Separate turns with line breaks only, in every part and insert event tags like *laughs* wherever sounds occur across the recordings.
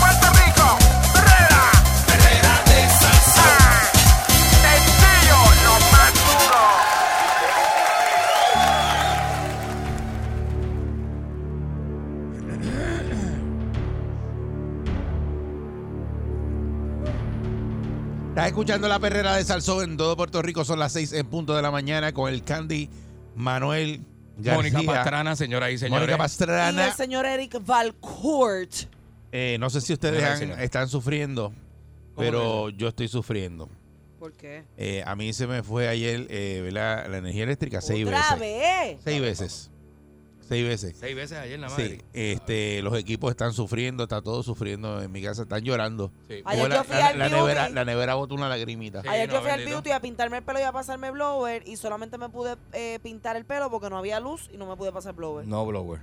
Puerto Rico, Herrera, Herrera de salsa. Sencillo, lo más duro.
Estás escuchando la perrera de Salsón en todo Puerto Rico. Son las 6 en punto de la mañana con el Candy Manuel García.
Mónica Pastrana, señora y señores.
Mónica
Y el
Pastrana.
señor Eric Valcourt.
Eh, no sé si ustedes
Señoras y
han-
señores.
están sufriendo, pero yo estoy sufriendo.
¿Por qué?
Eh, a mí se me fue ayer eh, ¿verdad? la energía eléctrica seis
Otra
veces.
vez.
Seis veces. Seis veces.
Seis veces ayer la
Sí,
madre.
este, los equipos están sufriendo, está todo sufriendo en mi casa, están llorando.
Sí.
Ayer
Hubo la,
yo fui
la-
al
la
beauty.
nevera, la nevera botó una lagrimita.
Sí,
Ayer
no,
yo fui al
bendito.
beauty a pintarme el pelo y a pasarme blower y solamente me pude eh, pintar el pelo porque no había luz y no me pude pasar blower.
No blower.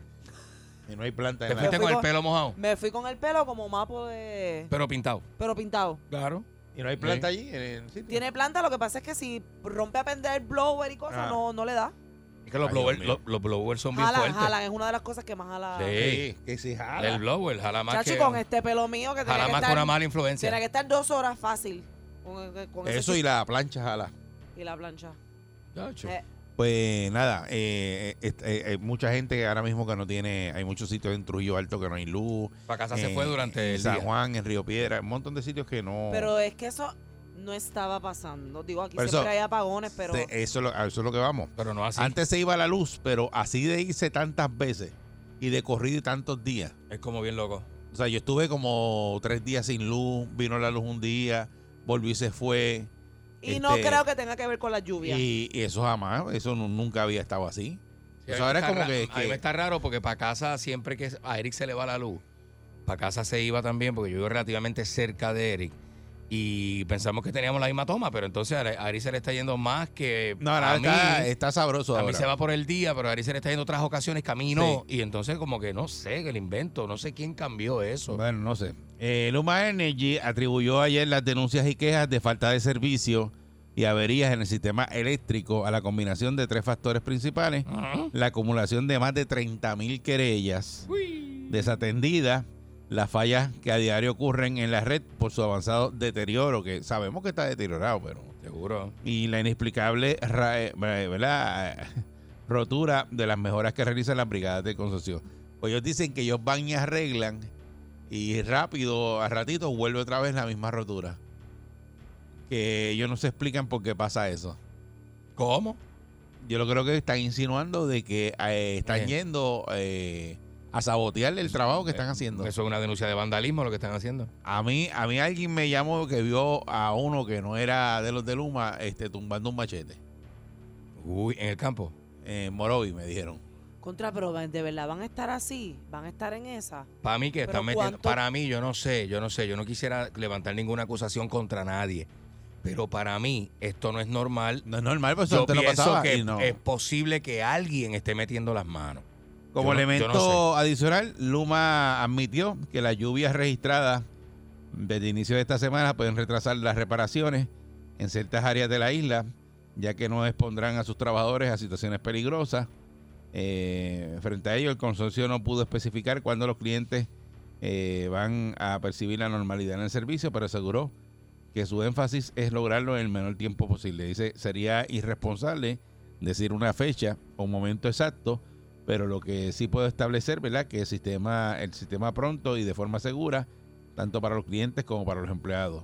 Y no hay planta de
Te fuiste
nada.
con el pelo mojado,
Me fui con el pelo como mapo de...
pero pintado.
Pero pintado.
Claro.
Y no hay planta allí en el sitio.
Tiene planta, lo que pasa es que si rompe a prender el blower y cosas,
Ah.
no, no le da.
Es que los,
Ay,
blower-
Dios mío.
los, los blowers son bien
Jalan,
fuertes.
jalan. Es una de las cosas que más jala.
Sí.
Sí, que se jala.
El blower jala más
Chacho, y
que,
con este pelo mío que tiene
jala
que,
más que
estar,
una mala influencia.
tiene que estar dos horas fácil. Con, eh, con ese
Eso y
chip
la plancha jala.
y la plancha.
Chacho.
Eh,
Pues nada, eh, est- eh, hay mucha gente que ahora mismo que no tiene, hay muchos sitios en Trujillo Alto que no hay luz.
Para casa se
en-
fue durante
en
el
San
día.
Juan, en Río Piedra, un montón de sitios que no.
Pero es que eso no estaba pasando. Digo, aquí
Oh. Por eso,
siempre hay apagones, pero
se- eso, es lo, a eso es lo que vamos.
Pero no así.
Antes se iba la luz, pero así de irse tantas veces y de corrido y tantos días.
Es como bien loco.
O sea, yo estuve como tres días sin luz, vino la luz un día, volvió y se fue.
y no
este,
creo que tenga que ver con la lluvia.
Y, y eso jamás, eso nu- nunca había estado así.
Sí,
Eso
a mí me
ahora es
está
como
ra-
que-
A mí
que-
me está raro porque para casa siempre que a Eric se le va la luz, para casa se iba también porque yo vivo relativamente cerca de Eric. Y pensamos que teníamos la misma toma, pero entonces a a Eric se le está yendo más que
No,
a
ahora
mí.
está, está sabroso.
A mí
ahora.
se va por el día, pero a Ari se le está yendo otras ocasiones camino. Y entonces, como que no sé, que el invento, no sé quién cambió eso.
Bueno, no sé. Eh, Luma Energy atribuyó ayer las denuncias y quejas de falta de servicio y averías en el sistema eléctrico a la combinación de tres factores principales,
Ajá.
la acumulación de más de 30.000 querellas desatendidas, las fallas que a diario ocurren en la red por su avanzado deterioro, que sabemos que está deteriorado, pero...
Seguro.
Y la inexplicable ra- eh, ¿verdad? *laughs* rotura de las mejoras que realizan las brigadas de concesión. Pues ellos dicen que ellos van y arreglan y rápido, a ratito, vuelve otra vez la misma rotura. Que ellos no se explican por qué pasa eso.
¿Cómo?
Yo lo creo que están insinuando de que eh, están
Bien.
yendo eh, a sabotear el trabajo que están haciendo.
Eso es una denuncia de vandalismo lo que están haciendo.
A mí, a mí alguien me llamó que vio a uno que no era de los de Luma este, tumbando un machete.
Uy, en el campo.
En eh, Morovi me dijeron.
Contra, pero van- de verdad van a estar así, van a estar en esa.
Para mí que
Pero
están metiendo.
¿cuánto?
Para mí, yo no sé, yo no sé, yo no quisiera levantar ninguna acusación contra nadie. Pero para mí, esto no es normal.
No es normal, pues eso
Yo
antes no
pienso
pasaba.
que
y no.
es posible que alguien esté metiendo las manos.
Como
yo no- yo
elemento
no
adicional, Luma admitió que las lluvias registradas desde el inicio de esta semana pueden retrasar las reparaciones en ciertas áreas de la isla, ya que no expondrán a sus trabajadores a situaciones peligrosas. Eh, frente a ello, el consorcio no pudo especificar cuándo los clientes eh, van a percibir la normalidad en el servicio, pero aseguró que su énfasis es lograrlo en el menor tiempo posible. Dice, sería irresponsable decir una fecha o un momento exacto, pero lo que sí puedo establecer, ¿verdad? Que el sistema, el sistema pronto y de forma segura, tanto para los clientes como para los empleados.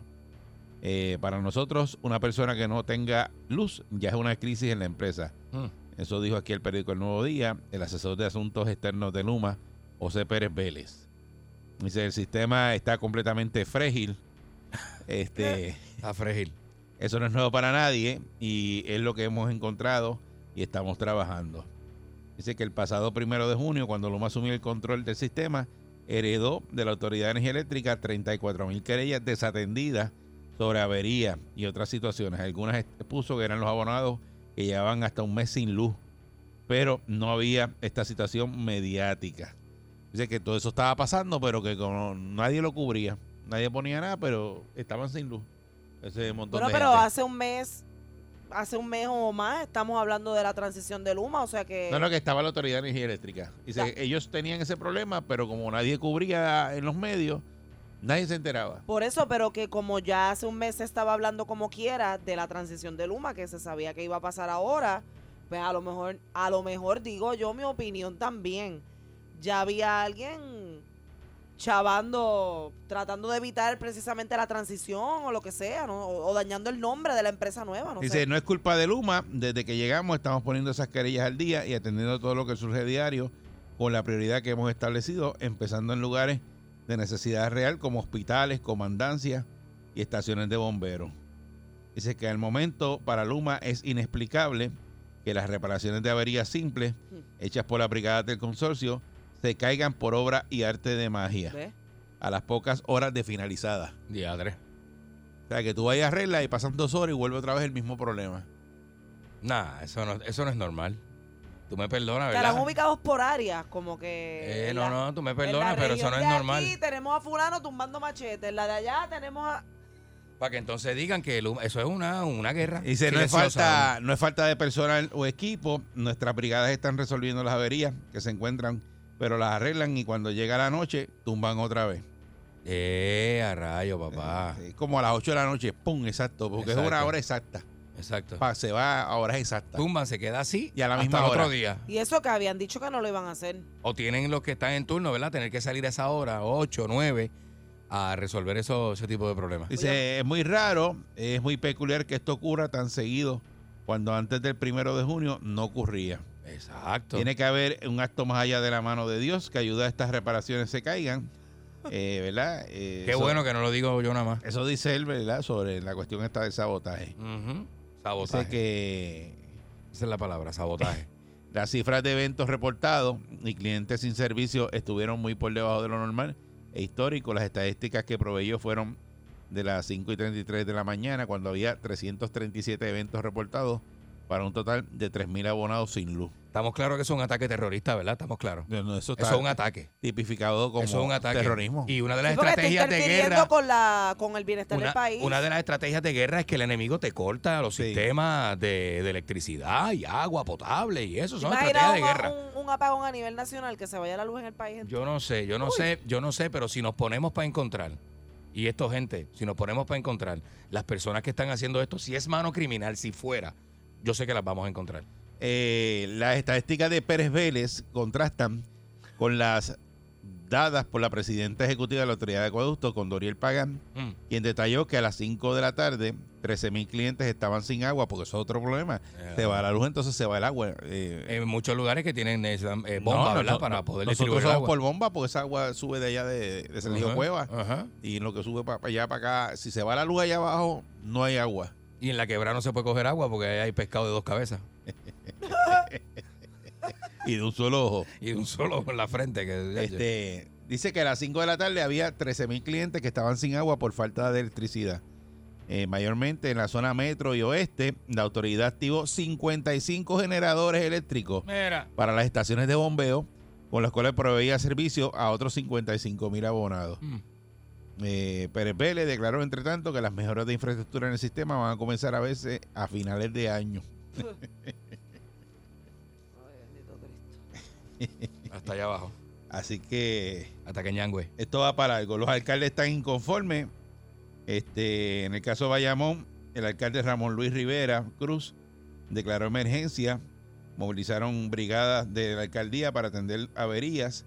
Eh, para nosotros, una persona que no tenga luz ya es una crisis en la empresa.
Mm.
Eso dijo aquí el periódico El Nuevo Día, el asesor de asuntos externos de Luma, José Pérez Vélez. Dice, el sistema está completamente frágil. *laughs* Este,
Está frágil.
eso no es nuevo para nadie y es lo que hemos encontrado y estamos trabajando. Dice que el pasado primero de junio, cuando Luma asumió el control del sistema, heredó de la Autoridad de Energía Eléctrica 34 mil querellas desatendidas sobre averías y otras situaciones. Algunas expuso que eran los abonados que llevaban hasta un mes sin luz, pero no había esta situación mediática. Dice que todo eso estaba pasando, pero que como nadie lo cubría, nadie ponía nada, pero estaban sin luz. Ese montón
Bueno,
de
pero
gente.
hace un mes, hace un mes o más, estamos hablando de la transición de Luma, o sea que...
No, no, que estaba la Autoridad de Energía Eléctrica. Dice,
Ya.
ellos tenían ese problema, pero como nadie cubría en los medios, nadie se enteraba.
Por eso, pero que como ya hace un mes se estaba hablando como quiera de la transición de Luma, que se sabía que iba a pasar ahora, pues a lo mejor, a lo mejor digo yo mi opinión también. Ya había alguien chavando, tratando de evitar precisamente la transición o lo que sea, ¿no? o, o dañando el nombre de la empresa nueva, no
Dice,
sé.
no es culpa de Luma, desde que llegamos estamos poniendo esas querellas al día y atendiendo todo lo que surge diario con la prioridad que hemos establecido, empezando en lugares de necesidad real como hospitales, comandancias y estaciones de bomberos. Dice que al momento para Luma es inexplicable que las reparaciones de averías simples hechas por la brigada del consorcio se caigan por obra y arte de magia
¿Ves?
a las pocas horas de finalizada.
Diadre.
O sea, que tú vayas a arreglar y pasan dos horas y vuelve otra vez el mismo problema.
Nah, eso no, eso no es normal. Tú me perdonas,
Que las
¿verdad?
ubicados por áreas, como que...
Eh,
en
no,
la-
no, tú me
en la
perdonas, pero eso
región
no es
de
normal.
Aquí tenemos a fulano tumbando machetes, en la de allá tenemos a...
Para que entonces digan que Luma- eso es una, una guerra.
Dice, no es,
silenciosa,
falta, no es falta de personal o equipo. Nuestras brigadas están resolviendo las averías que se encuentran, pero las arreglan y cuando llega la noche, tumban otra vez.
Eh, a rayo, papá.
Eh, como a las 8 de la noche, ¡pum! Exacto, porque es una
Exacto.
hora exacta.
Exacto.
Pa- se va a horas exactas.
Tumban, se queda así
Y a la
hasta
misma
el
hora.
otro día.
Y eso que habían dicho que no lo iban a hacer.
O tienen los que están en turno, ¿verdad? Tener que salir a esa hora, 8, 9, a resolver eso, ese tipo de problemas.
Dice, es muy raro, es muy peculiar que esto ocurra tan seguido cuando antes del primero de junio no ocurría.
Exacto.
Tiene que haber un acto más allá de la mano de Dios que ayude a estas reparaciones se
*laughs*
caigan, eh, ¿verdad? Eh,
Qué
eso-
bueno que no lo digo yo nada más.
Eso dice él, ¿verdad? Sobre la cuestión esta del sabotaje.
Ujú.
Dice
Sabotaje.
que
Esa es la palabra, sabotaje.
las cifras de eventos reportados y clientes sin servicio estuvieron muy por debajo de lo normal e histórico. Las estadísticas que proveyó fueron de las 5 y 33 de la mañana, cuando había 337 eventos reportados para un total de 3.000 abonados sin luz.
Estamos claros que eso es un ataque terrorista, ¿verdad? Estamos claros.
No, no, eso
Eso
está
es un ataque.
tipificado como
eso es un ataque.
terrorismo.
Y una de las
Sí, porque está
estrategias de
interfiriendo
guerra.
con, la, con el bienestar
Una,
del país.
una de las estrategias de guerra es que el enemigo te corta los
Sí.
sistemas de, de electricidad y agua potable y eso son
Imagina
estrategias de
un-
guerra.
Un, un apagón a nivel nacional que se vaya la luz en el país.
Yo no sé, yo no sé, yo no sé, pero si nos ponemos para encontrar, y esto, gente, si nos ponemos para encontrar las personas que están haciendo esto, si es mano criminal, si fuera, yo sé que las vamos a encontrar.
Eh, las estadísticas de Pérez Vélez contrastan con las dadas por la presidenta ejecutiva de la Autoridad de Acueducto, con Doriel Pagán,
Mm.
quien detalló que a las 5 de la tarde 13.000 clientes estaban sin agua, porque eso es otro problema. Se va la luz, entonces se va el agua. Eh,
En muchos lugares que tienen necesitan, eh,
no,
bombas,
no,
¿verdad?
no,
para
no,
poder
Nosotros
distribuir el
somos
agua.
por bomba, porque esa agua sube de allá de, de San Diego
Ajá,
Cueva,
ajá.
y en lo que sube para allá, para acá, si se va la luz allá abajo, no hay agua.
Y en la quebrada no se puede coger agua porque ahí hay pescado de dos cabezas
Y de un solo ojo.
y un solo en la frente. Que,
Este, dice que a las 5 de la tarde había 13.000 clientes que estaban sin agua por falta de electricidad. Eh, mayormente en la zona metro y oeste, la autoridad activó 55 generadores eléctricos
Mira.
para las estaciones de bombeo, con las cuales proveía servicio a otros 55 mil abonados.
Mm.
Eh, Pérez Vélez declaró, entre tanto, que las mejoras de infraestructura en el sistema van a comenzar a verse a finales de año.
Hasta allá abajo,
Así que
hasta que Ñangüe.
Pues, esto va para algo. Los alcaldes están inconformes. Este, en el caso de Bayamón, el alcalde Ramón Luis Rivera Cruz declaró emergencia. Movilizaron brigadas de la alcaldía para atender averías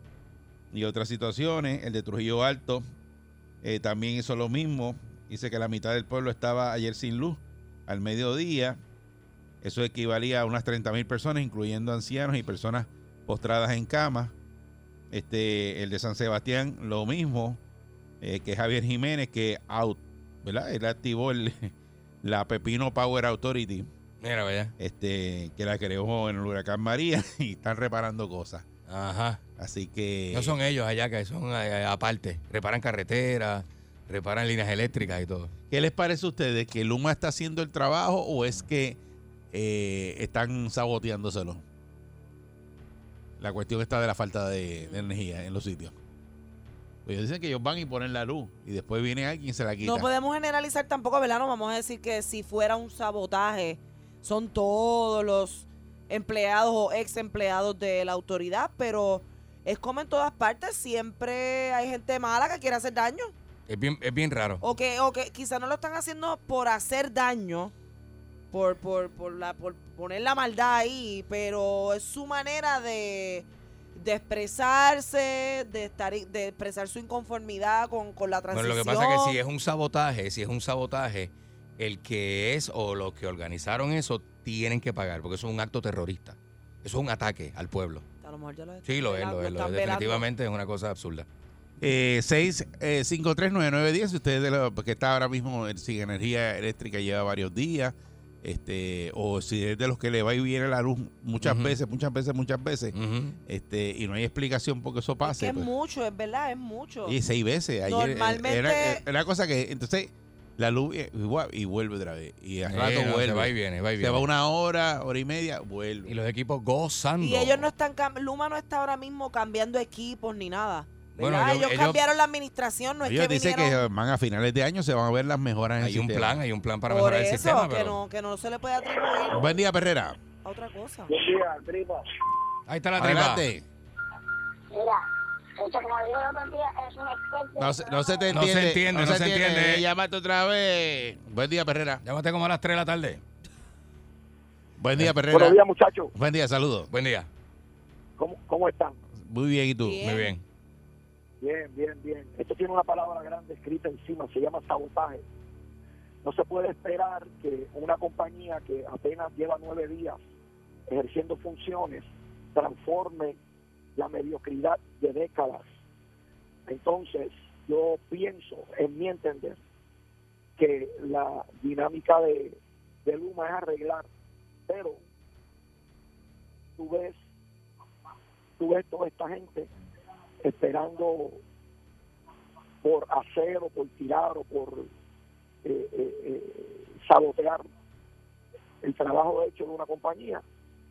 y otras situaciones. El de Trujillo Alto eh, también hizo lo mismo. Dice que la mitad del pueblo estaba ayer sin luz al mediodía. Eso equivalía a unas 30 mil personas, incluyendo ancianos y personas postradas en camas. Este, el de San Sebastián, lo mismo eh, que Javier *laughs* Jiménez, que out, ¿verdad? Él activó el, la Pepino Power Authority
Mira, vaya.
este, que la creó en el huracán María *laughs* y están reparando cosas.
Ajá.
Así que
No son ellos allá, que son eh, aparte. Reparan carreteras, reparan líneas eléctricas y todo.
¿Qué les parece a ustedes? ¿Que Luma está haciendo el trabajo o es que eh, están saboteándoselo? La cuestión está de la falta de, de energía en los sitios. Pues ellos dicen que ellos van y ponen la luz y después viene alguien y se la quita.
No podemos generalizar tampoco, ¿verdad? No vamos a decir que si fuera un sabotaje, son todos los empleados o ex empleados de la autoridad, pero es como en todas partes, siempre hay gente mala que quiere hacer daño.
Es bien, es bien raro.
O que, o que quizás no lo están haciendo por hacer daño, por, por, por, la, por poner la maldad ahí, pero es su manera de, de expresarse, de estar i- de expresar su inconformidad con, con la
Pero
transición.
lo que pasa es que si es un sabotaje, si es un sabotaje, el que es o los que organizaron eso tienen que pagar, porque eso es un acto terrorista. Eso es un ataque al pueblo.
A lo mejor ya lo están
Sí, lo es,
velando,
lo es, lo es.
están velando.
Definitivamente es una cosa absurda.
Eh, 6539910, si ustedes de lo- que está ahora mismo el- sin energía eléctrica lleva varios días, este o si es de los que le va y viene la luz muchas
Ujú.
veces, muchas veces, muchas veces,
Ujú.
este y no hay explicación porque eso
Es que
pase.
es
pues.
mucho, es verdad, es mucho.
Y seis veces. Ayer, eh,
Normalmente-
Era, eh, era cosa que, entonces, la luz eh, y, gua- y vuelve otra vez. Y al
Sí,
rato
no,
vuelve.
Se va y viene, va y
Se
viene.
va una hora, hora y media, vuelve.
Y los equipos gozando.
Y ellos no están, cam- Luma no está ahora mismo cambiando equipos ni nada.
Bueno,
¿verdad?
ellos-
ellos,
ellos-
cambiaron la administración, no es
Ellos
que
dicen
vinieron.
que eh, van a finales de año se van a ver las mejoras en el
Hay un
sistema.
plan, hay un plan para
Por
mejorar
eso,
el sistema,
que,
pero...
no, que no se le puede atribuir
Buen día, Perrera.
a otra cosa.
Ahí está la tripa.
Adelante.
Mira, esto como digo el otro día es un experto.
No se, no se te
No se
entiende.
entiende, no se entiende.
Llámate otra vez. Buen día, Perrera.
Llámate como a las 3 de la tarde.
Buen
Eh,
día, Perrera.
Buenos días, muchachos.
Buen día, saludos.
Buen día.
¿Cómo, ¿Cómo están?
Muy bien, ¿y tú?
Bien.
Muy bien.
Bien, bien, bien. Esto tiene una palabra grande escrita encima, se llama sabotaje. No se puede esperar que una compañía que apenas lleva nueve días ejerciendo funciones transforme la mediocridad de décadas. Entonces, yo pienso, en mi entender, que la dinámica de, de Luma es arreglar, pero tú ves, tú ves toda esta gente esperando por hacer o por tirar o por eh, eh, eh, sabotear el trabajo hecho de una compañía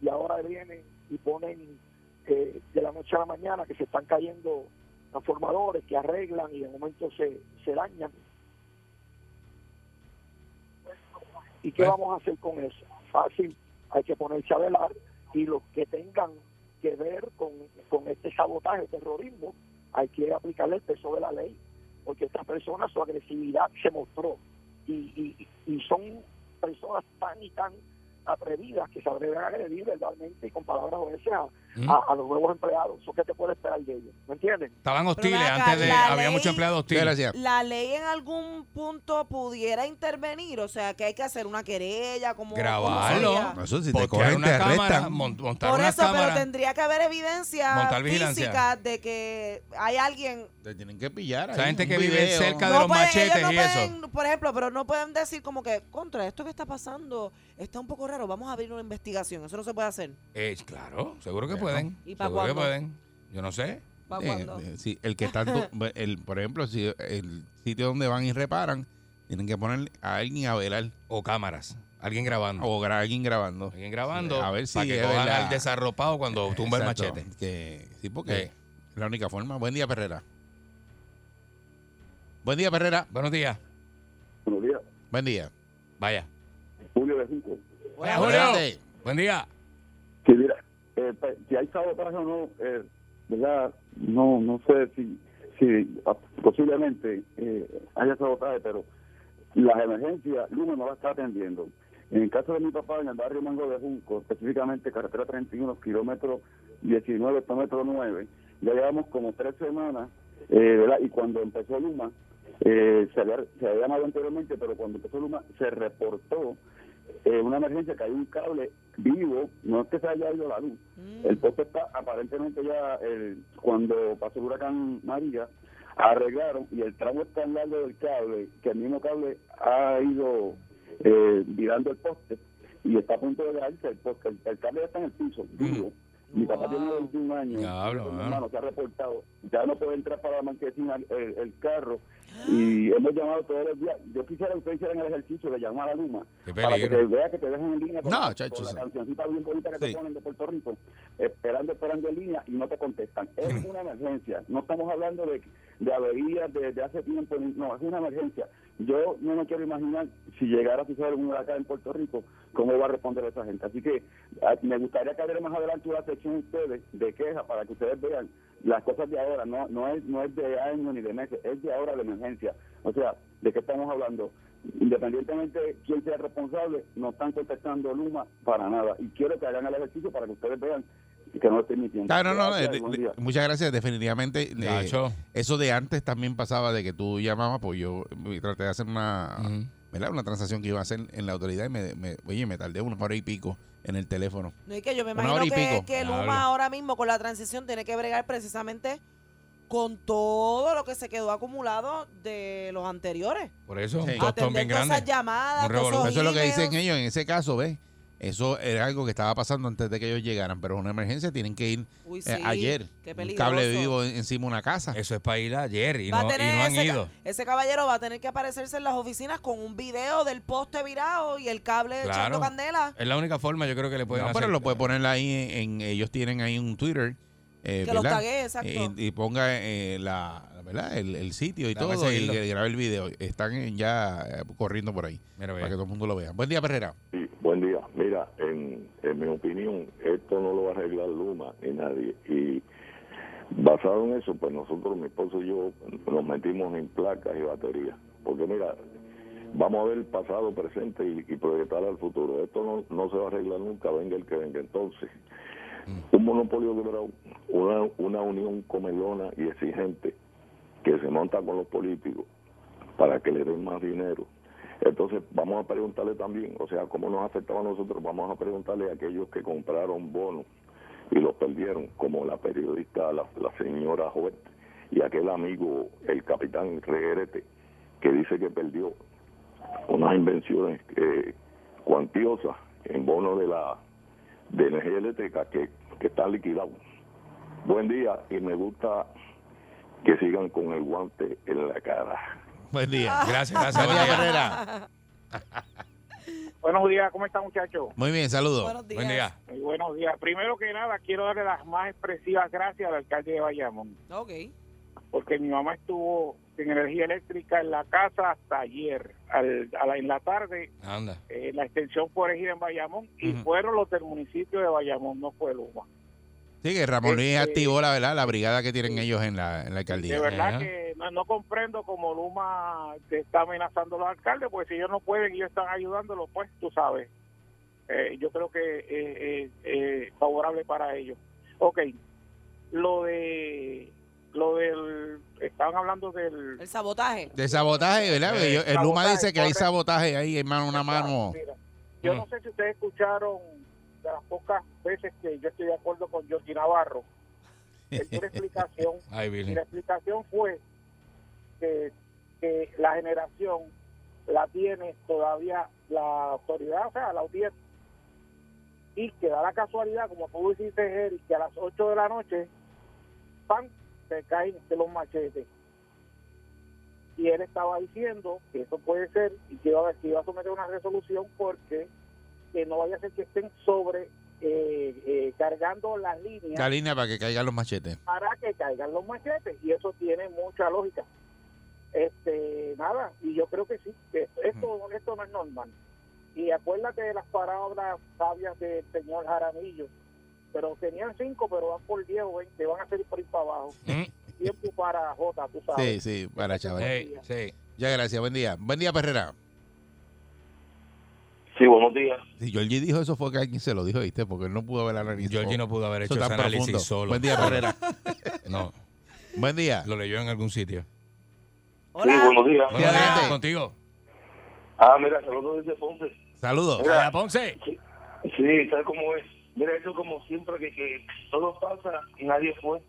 y ahora vienen y ponen eh, de la noche a la mañana que se están cayendo transformadores que arreglan y de momento se, se dañan. ¿Y qué
Bueno.
vamos a hacer con eso? Fácil, hay que ponerse a velar y los que tengan que ver con, con este sabotaje, terrorismo, hay que aplicarle el peso de la ley, porque esta persona, su agresividad se mostró y, y- y son personas tan y tan atrevidas que se atreven a agredir verbalmente y con palabras obeses a,
Mm.
a- a los nuevos empleados. ¿Eso qué te puede esperar de ellos? ¿Me entienden?
Estaban hostiles
ven acá,
antes de...
la
Había
ley-
muchos empleados hostiles.
Gracias.
La ley en algún punto pudiera intervenir, o sea, que hay que hacer una querella, como...
Grabarlo.
No, eso si te
Postear
cogen, te
una cámara,
arrestan.
mont- montar
Por
una
eso, pero
cámara.
tendría que haber evidencia
Montar vigilancia.
física de que hay alguien
Te tienen que pillar.
Esa
ahí,
gente
un
que vive
video.
cerca de los machetes
ellos no
y
pueden, Por ejemplo, pero no pueden decir como que, contra, esto que está pasando está un poco raro, vamos a abrir una investigación. Eso no se puede hacer.
Eh, claro, seguro que
Bueno.
pueden.
¿Y pa'
seguro que
cuándo?
pueden. Yo no sé.
¿Para
Eh,
cuándo?
eh, sí, el que está,
*laughs*
tu- el, por ejemplo, si el sitio donde van y reparan, tienen que poner a alguien a velar
O cámaras. Alguien grabando.
o gra- alguien grabando.
Alguien grabando.
Ah, A ver si
Para que
es
cojan
verdad.
al desarropado cuando tumba
Exacto,
el machete.
Que, sí, porque
Sí.
es la única forma. Buen día, Perrera. Buen día, Perrera.
Buenos días.
Buenos días,
Buen día.
Vaya.
Julio de Rico.
Hola, Julio.
Adelante.
Buen día.
Sí, mira, eh, pa- si hay sabotaje o no, eh, ¿verdad? No, no sé si, si ah, posiblemente eh, haya sabotaje, pero las emergencias Luma no las está atendiendo. En el caso de mi papá, en el barrio Mango de Junco, específicamente carretera 31, kilómetro 19, kilómetro 9, ya llevamos como tres semanas, eh, ¿verdad? Y cuando empezó Luma, eh, se, había, se había llamado anteriormente, pero cuando empezó Luma se reportó eh, una emergencia que hay un cable vivo, no es que se haya ido la luz.
Mm,
Mm.
El poste está aparentemente ya, eh, cuando pasó el huracán María, arreglaron y el tramo es tan largo del cable que el mismo cable ha ido eh, virando el poste. y está a punto de darse porque el, el cable ya está en el piso,
Mm.
duro. Mi papá tiene 21 años,
Diablo,
mi
eh.
mano.
hermano se ha reportado, ya no puede entrar para la manquecina el, el- el carro
Ah.
y hemos llamado todos los días. Yo quisiera que ustedes hicieran el ejercicio de llamar a Luma
Qué
para que
peligro.
te vea que te dejen en línea con,
No,
con
chacho,
la
sí.
cancioncita bien bonita que
Sí.
te ponen de Puerto Rico, esperando, esperando en línea y no te contestan. Es una emergencia, no estamos hablando de, de averías de, de hace tiempo, ni- no, es una emergencia. Yo no me quiero imaginar si llegara a suceder un huracán en Puerto Rico, cómo va a responder esa gente. Así que ah, me gustaría que abriera más adelante una sección de ustedes de quejas para que ustedes vean las cosas de ahora, no, no, es, no es de años ni de meses, es de ahora de emergencia. O sea, ¿de qué estamos hablando? Independientemente de quién sea el responsable, no están contestando Luma para nada. Y quiero que hagan el ejercicio para que ustedes vean que no lo estoy mintiendo.
Ah, no, no,
Gracias,
de-
buen
de-
día.
muchas gracias, definitivamente. eh,
Chacho.
eso de antes también pasaba de que tú llamabas, pues yo eh, traté de hacer una,
Ujú.
¿verdad? una transacción que iba a hacer en la autoridad y me, me- oye, me tardé una hora y pico en el teléfono.
No es que yo me
Una
imagino
hora y
que,
pico.
que
Diablo.
Luma ahora mismo con la transición tiene que bregar precisamente con todo lo que se quedó acumulado de los anteriores.
Por eso,
Sí.
un tostón bien
Atender todas
grande.
esas llamadas,
Un
todos
revolú-
esos
Eso es lo que
emails.
dicen ellos en ese caso, ¿ves? Eso era algo que estaba pasando antes de que ellos llegaran, pero es una emergencia, tienen que ir
Uy,
eh,
sí,
ayer.
qué
Un
peligroso.
cable vivo en- encima de una casa.
Eso es para ir ayer y
Va a
no, y
tener
no han
ese, ca-
ido.
ese caballero va a tener que aparecerse en las oficinas con un video del poste virado y el cable
Claro.
echando candela.
Es la única forma yo creo que le pueden
No,
hacer.
pero lo puede poner ahí en, en- ellos tienen ahí un Twitter. eh,
Que los
¿verdad?
taguee, exacto.
Eh, Y, ponga eh, la, ¿verdad? El, el sitio y
Dame
todo y
seguirlo.
que grabe el video. Están en- ya eh, corriendo por ahí
Mira,
para que
vea.
todo el mundo lo vea. Buen día, Perrera.
Sí, buen día. Mira, en, en mi opinión, esto no lo va a arreglar Luma ni nadie. Y basado en eso, pues nosotros, mi esposo y yo, nos metimos en placas y baterías. Porque mira, vamos a ver el pasado, presente y, y proyectar al futuro. Esto no, no se va a arreglar nunca, venga el que venga. Entonces,
Mm.
un monopolio quebrado, una, una unión comelona y exigente que se monta con los políticos para que le den más dinero. Entonces vamos a preguntarle también, o sea, cómo nos afectaba a nosotros, vamos a preguntarle a aquellos que compraron bonos y los perdieron, como la periodista, la, la señora Jovet, y aquel amigo, el capitán Regrete, que dice que perdió unas invenciones eh, cuantiosas en bonos de la de energía eléctrica que, que están liquidados. Buen día y me gusta que sigan con el guante en la cara.
Buen día.
*laughs* Gracias, gracias.
Buen
buen
día,
día.
Perrera.
Buenos días, ¿cómo están muchachos?
Muy bien, saludos.
Buenos días.
Buen día.
Muy Eh, buenos días. Primero que nada, quiero darle las más expresivas gracias al alcalde de Bayamón,
Ok.
porque mi mamá estuvo sin energía eléctrica en la casa hasta ayer, al- a la- en la tarde,
Anda.
eh, la extensión fue erigida en Bayamón y
Ujú.
fueron los del municipio de Bayamón, no fue Luma.
Sí, que Ramón Luis
Este-
activó la, ¿verdad? la brigada que tienen ellos en la, en la
De
alcaldía.
verdad
Ajá.
que no, no comprendo cómo Luma te está amenazando a los alcaldes, porque si ellos no pueden, ellos están ayudándolos, pues tú sabes. Eh, yo creo que es favorable para ellos. Ok, lo de. Lo del. Estaban hablando del.
El sabotaje.
De sabotaje, ¿verdad? Porque yo- el Luma
Sabotaje,
dice que hay
correcto.
sabotaje ahí, hermano, una mano.
Ah, Mira, yo
Mm.
no sé si ustedes escucharon de las pocas veces que yo estoy de acuerdo con Jordi Navarro. Él dio una explicación
Ay,
Y
Virgen.
la explicación fue que, que la generación la tiene todavía la autoridad, o sea, la audiencia. Y que da la casualidad, como tú dijiste, Eric, que a las 8 de la noche, pan, se caen de los machetes. Y él estaba diciendo que eso puede ser y que iba, a- que iba a someter una resolución porque que no vaya a ser que estén sobre eh, eh, cargando las líneas
La línea para que caigan los machetes.
para que caigan los machetes y eso tiene mucha lógica este nada y yo creo que sí que esto esto no es normal y acuérdate de las palabras sabias del señor Jaramillo pero tenían cinco pero van por diez o veinte van a salir por ir para abajo
Mm.
tiempo para Jota tú
Sí,
sabes
sí, para chaval.
Ey, sí.
Ya, gracias. Buen día. Buen día, Perrera.
Sí, buenos días.
Si Georgie dijo eso fue que alguien se lo dijo, ¿viste? Porque él no pudo haber analizado.
Georgie no pudo haber
Eso
hecho ese
tan
análisis
profundo.
solo.
Buen día, Herrera. *laughs*
No,
Buen día.
lo leyó en algún sitio.
Hola.
días.
Buenos días,
adelante.
contigo.
Ah, mira, saludos desde Ponce.
Saludos.
Mira.
Hola, Ponce.
Sí, tal como es. Mira, eso como siempre, que, que todo pasa y nadie fue.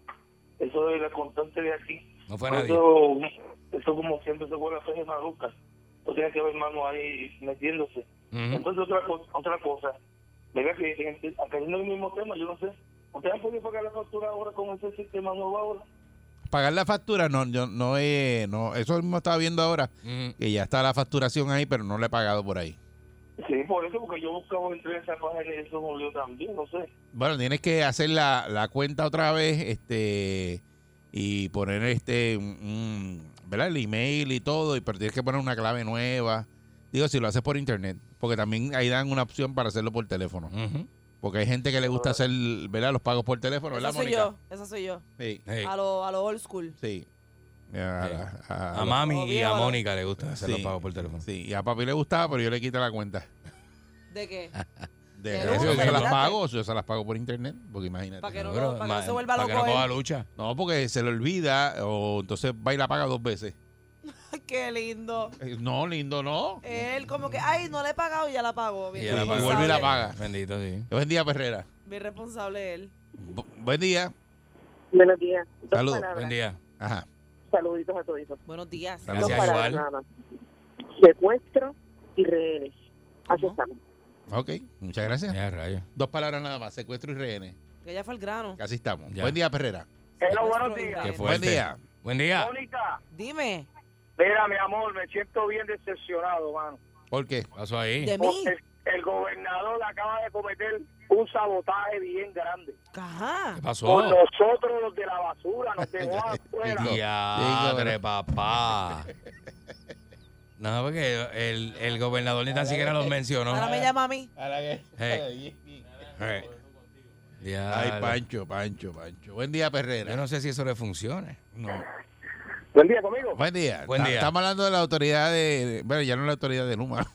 Eso es la constante de aquí.
No fue nadie.
eso, eso como siempre se vuelve a hacer en Maruca. No tiene que ver mano ahí metiéndose.
Entonces, otra cosa, otra cosa. Mira que en- atendiendo el mismo tema, yo no sé. ¿Ustedes han podido pagar la factura ahora con ese sistema nuevo ahora?
Pagar la factura, no, yo no he, no, eso mismo estaba viendo ahora, que ya está la facturación ahí, pero no le he pagado por ahí.
Sí, por eso, porque yo buscaba entre esa página y eso es un lío también, no sé.
Bueno, tienes que hacer la, la cuenta otra vez, este, y poner este, un- un- ¿verdad? El email y todo, y pero tienes que poner una clave nueva. Digo, si lo haces por internet, porque también ahí dan una opción para hacerlo por teléfono. Porque hay gente que le gusta hacer, ¿verdad? Los pagos por teléfono,
Esa
¿verdad,
soy
Mónica?
yo, esa soy yo.
Sí.
A lo, a lo old school.
Sí. A,
A mami y a Mónica le gusta hacer los pagos
por teléfono. Sí, y a papi le gustaba, pero yo le quité la cuenta.
¿De qué?
De
Qué
verdad,
lujo,
yo se las
¿verdad?
pago, yo se las pago por internet, porque imagínate.
Pa' que no- Pero, pa' que no ma- se vuelva pa' que loco no él.
no
coja
lucha. No, porque se le olvida, o entonces va y la paga dos veces.
Ay, Qué lindo.
Eh, No, lindo, no.
Él como que, ay, no le he pagado y ya la pagó.
Y,
Bien
la paga.
responsable.
y vuelve y la paga. Bendito, sí. Buen día, Perrera.
Bien responsable él.
Bu- buen día.
Buenos días. Dos
Saludos.
palabras.
día. Ajá.
Saluditos a todos.
Buenos días.
Dos
Gracias,
palabras
igual.
nada más. Secuestro y rehenes. Así estamos.
Ok, muchas gracias. Dos palabras nada más, secuestro y rehenes.
Que ya fue el grano.
Así estamos. Buen día, Perrera.
Hello, buenos días.
Qué fuerte. Buen día.
Buen día.
Mónica,
Dime.
mira, mi amor, me siento bien decepcionado, mano.
¿Por qué?
Pasó ahí.
El, el gobernador acaba de cometer un sabotaje bien grande.
Ajá.
¿Qué pasó?
Con nosotros, los de la basura, nos dejó afuera.
Diadre, papá. No, porque el, el gobernador ni tan siquiera los mencionó.
Ahora me llama a mí.
Hey. Hey.
Ay,
Diadre.
Pancho, Pancho, Pancho. Buen día, Perrera.
Yo no sé si eso le funcione.
No.
Buen día conmigo.
Buen día.
Buen
Ta-
día.
Estamos hablando de la autoridad de. de- Bueno, ya no la autoridad de Luma.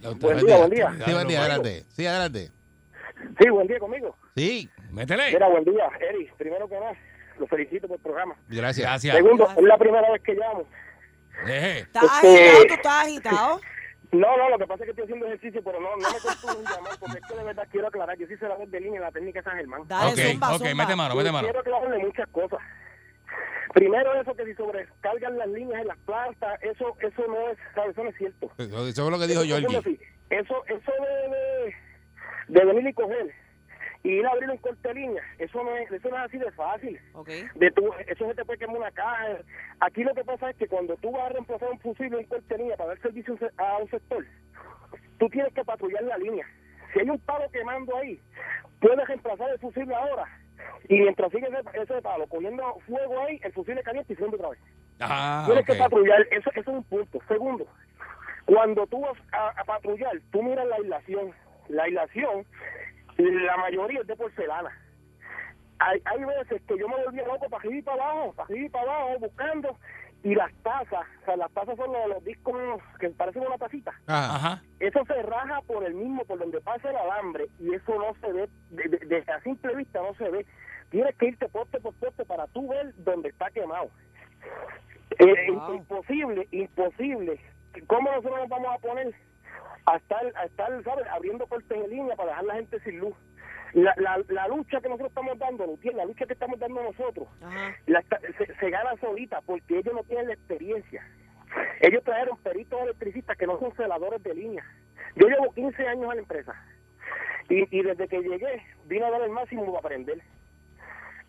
La autoridad-
Buen día, buen día.
*laughs* Sí, buen día,
Conmigo.
adelante. Sí, adelante.
Sí, buen día conmigo.
Sí.
Métele.
Mira, buen día, Eric. Primero que nada, lo felicito por el programa.
Gracias.
Segundo, es la primera vez que llamo.
¿Estás
Este-
agitado? ¿Tú estás agitado?
No, no, lo que pasa es que estoy haciendo ejercicio, pero no, no me confundo en llamar, porque es que de verdad quiero aclarar. Yo sí soy la voz de línea en la técnica San Germán.
Ah,
Dale, Ok, zumba, ok, zumba. mete mano, mete
Yo
mano.
Quiero aclararle muchas cosas. Primero, eso que si sobrecargan las líneas en las plantas, eso eso no es, ¿sabes? eso no es cierto.
Eso eso es lo que dijo
Eso-
Georgie.
Eso, eso de, de- de venir y coger y ir a abrir un corte de línea, eso no es, eso no es así de fácil. De tu, eso se te puede quemar una caja. Aquí lo que pasa es que cuando tú vas a reemplazar un fusible en cortería para dar servicio a un se- a un sector, tú tienes que patrullar la línea. Si hay un palo quemando ahí, puedes reemplazar el fusible ahora. Y mientras sigue ese, ese palo cogiendo fuego ahí, el fusible caliente y prende otra vez.
Ah,
Tienes
ok.
que patrullar, eso, eso es un punto. Segundo, cuando tú vas a, a patrullar, tú miras la aislación. La aislación, la mayoría es de porcelana. Hay, hay veces que yo me volvía loco para arriba y para abajo, para arriba y para abajo, buscando. Y las tazas, o sea, las tazas son los, los discos que parecen una tacita.
Ajá.
Eso se raja por el mismo, por donde pasa el alambre, y eso no se ve, de- de- desde a simple vista no se ve. Tienes que irte poste por poste para tú ver dónde está quemado. Eh, Imposible, imposible. ¿Cómo nosotros nos vamos a poner a estar, a estar ¿sabes? abriendo cortes de línea para dejar la gente sin luz? La, la, la lucha que nosotros estamos dando, Lutier, la lucha que estamos dando nosotros, la está- se, se gana solita porque ellos no tienen la experiencia. Ellos trajeron peritos electricistas que no son celadores de línea. Yo llevo 15 años en la empresa y, y desde que llegué vine a dar el máximo para aprender.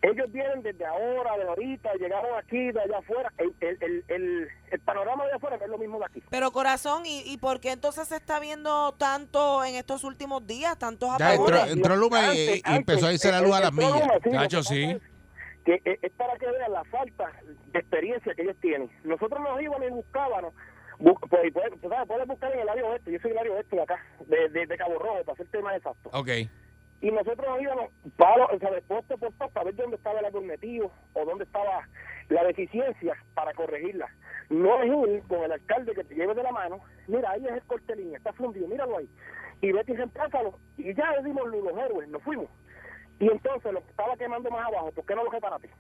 Ellos vienen desde ahora, de ahorita, llegaron aquí, de allá afuera. El, el, el, el, el panorama de afuera no es lo mismo de aquí.
Pero corazón, ¿y, ¿y por qué entonces se está viendo tanto en estos últimos días, tantos
Ya
apagones?
entró, entró Luma y, y empezó a irse la luz a las millas.
Nacho,
sí.
que es, es para que vean la falta de experiencia que ellos tienen. Nosotros nos íbamos y buscábamos, bu- pues, pues, tú sabes, puedes buscar en el área oeste, yo soy del área oeste de acá, de, de, de Cabo Rojo, para ser tema exacto.
Ok.
Y nosotros nos íbamos, palo, o sea, de poste por poste, a ver dónde estaba el árbol metido o dónde estaba la deficiencia para corregirla. No es ir con el alcalde que te lleve de la mano, mira, ahí es el corte de línea, está fundido, míralo ahí. Y vete y reemplázalo. Y ya dimos los héroes, nos fuimos. Y entonces lo que estaba quemando más abajo, ¿por qué no lo reparaste?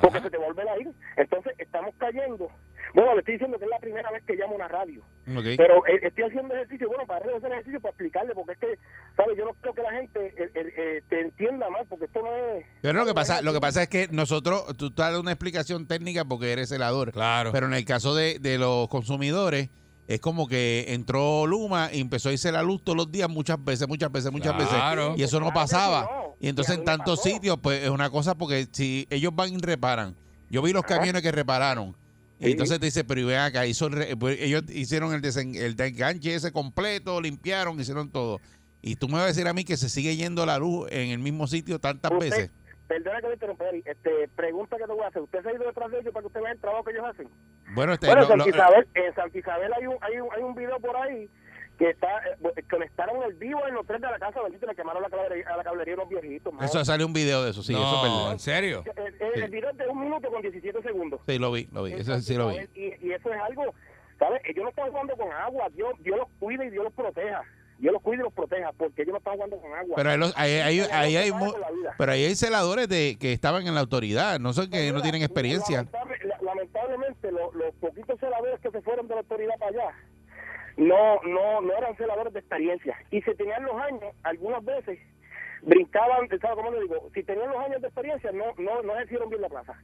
Porque se te vuelve a ir. Entonces estamos cayendo. Bueno, le estoy diciendo que es la primera vez que llamo a una radio.
Ok.
Pero eh, estoy haciendo ejercicio, bueno, para hacer ejercicio, para explicarle, porque es que, ¿sabes? Yo no creo que la gente eh, eh, eh, te entienda mal, porque esto no es...
Pero lo que pasa, lo que pasa es que nosotros, tú estás dando una explicación técnica porque eres helador. Claro. Pero en el caso de, de los consumidores, Es como que entró Luma y empezó a irse la luz todos los días, muchas veces, muchas veces, muchas
Claro.
veces. Y eso no pasaba. Y entonces en tantos sitios, pues es una cosa porque si ellos van y reparan. Yo vi los camiones que repararon. Y entonces te dice, pero y ven acá, hizo el re- pues, ellos hicieron el, desen- el desenganche ese completo, limpiaron, hicieron todo. Y tú me vas a decir a mí que se sigue yendo la luz en el mismo sitio tantas
Usted-
veces.
Perdona que me interrumpa, Eric. Este, pregunta que te voy a hacer. ¿Usted se ha ido detrás de ellos para que usted vea el trabajo que ellos hacen?
Bueno, este,
bueno,
lo-
Santa
lo-
Isabel, en Santa Isabel hay un, hay, un, hay un video por ahí que está eh, conectaron el vivo en los tres de la casa, bendito, le quemaron la cablería, a la cablería unos viejitos. mano.
eso sale un video de eso, sí, eso es verdad.
¿en serio?
El, el- el video es de un minuto con 17 segundos.
Sí, lo vi, lo vi, eso sí lo vi.
Y, y eso es algo, ¿sabes? Ellos no están jugando con agua. Dios, Dios los cuida y Dios los proteja. Dios los cuida y los proteja porque ellos no están jugando con agua.
Pero ahí, los- ahí- ahí-
Ellos
ahí hay,
no
mu-
saben con la vida.
pero ahí hay celadores de, que estaban en la autoridad, no son que no tienen experiencia.
Lamentable- la- lamentablemente, lo- los poquitos celadores que se fueron de la autoridad para allá no, no, no eran celadores de experiencia. Y si tenían los años, algunas veces brincaban, ¿sabes cómo le digo? Si tenían los años de experiencia, no, no, no ejercieron bien la plaza.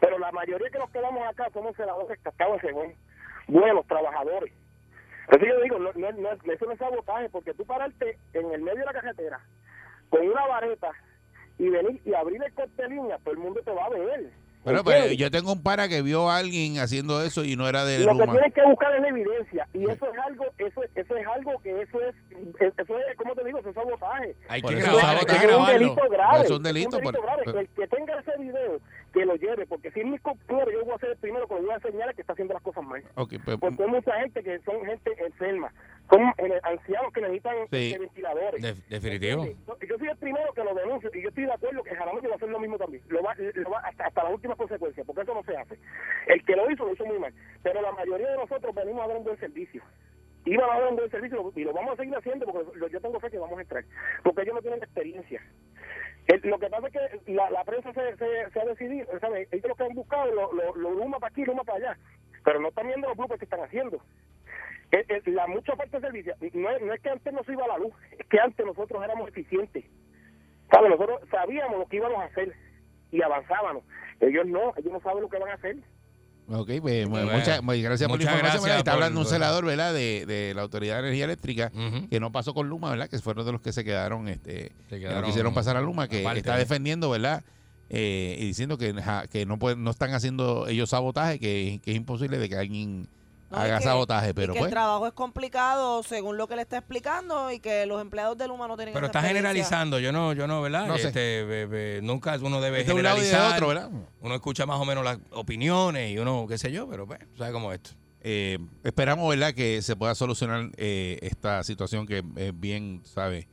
Pero la mayoría que nos quedamos acá somos celadores cascados de cebón, buenos trabajadores. Entonces yo digo, no, no, no, eso no es sabotaje, porque tú pararte en el medio de la carretera con una vareta y venir y abrir el corte de línea, todo el mundo te va a ver.
Bueno, pero pues, yo tengo un para que vio a alguien haciendo eso y no era de
Lo que
Luma.
tienes que buscar es la evidencia y eso es algo, eso, es- eso es algo que eso es, eso es, ¿cómo te digo? Eso es sabotaje.
Hay
Por
que
eso
grabar, hay
sabotaje.
que
Es un
grabarlo.
delito grave.
Es un delito, por-
grave.
por-
El que tenga ese video, que lo lleve, porque si es mi compañero, yo voy a ser el primero que lo voy a enseñar que está haciendo las cosas mal.
Ok, pues,
Porque hay mucha gente que son gente enferma, son eh, ancianos que necesitan
Sí.
eh, ventiladores.
De- definitivo.
Yo soy el primero que lo denuncio y yo estoy de acuerdo que Jaramillo va a hacer lo mismo también. Lo va, lo va hasta, hasta las últimas consecuencias, porque eso no se hace. El que lo hizo, lo hizo muy mal. Pero la mayoría de nosotros venimos a dar un buen servicio. Iban a dar un buen servicio y lo vamos a seguir haciendo porque lo- yo tengo fe que vamos a entrar. Porque ellos no tienen experiencia. Eh, Lo que pasa es que la, la prensa se, se, se ha decidido, ¿sabes? Ellos lo que han buscado, lo, lo, lo luma para aquí, luma para allá. Pero no están viendo los grupos que están haciendo. Eh, eh, la mucha parte de servicio, no es, no es que antes no se iba la luz, es que antes nosotros éramos eficientes. ¿Sabe? Nosotros sabíamos lo que íbamos a hacer y avanzábamos. Ellos no, ellos no saben lo que van a hacer.
Ok, pues mu- muchas, mu- gracias por la
muchas
información.
gracias
¿verdad? Está
por-
hablando un celador, ¿verdad? De, de la Autoridad de Energía Eléctrica, que no pasó con Luma, ¿verdad? Que fueron de los que se quedaron, este, que no
quedaron
quisieron pasar a Luma, que
aparte,
está
¿eh?
defendiendo, ¿verdad? Eh, y diciendo que, ja, que no pueden, no están haciendo ellos sabotaje, que, que es imposible de que alguien
No, y
haga
que-
sabotaje,
y
pero
que
pues.
el trabajo es complicado según lo que le está explicando y que los empleados de Luma no tienen
Pero
esa
está
experiencia.
generalizando, yo no, yo no, ¿verdad?
No sé.
Este, be- be- nunca uno debe
este Es de un lado y de
generalizar.
otro, ¿verdad?
Uno escucha más o menos las opiniones y uno, qué sé yo, pero pues, ¿sabes cómo es esto?
eh, esperamos verdad que se pueda solucionar eh, esta situación que es bien sabe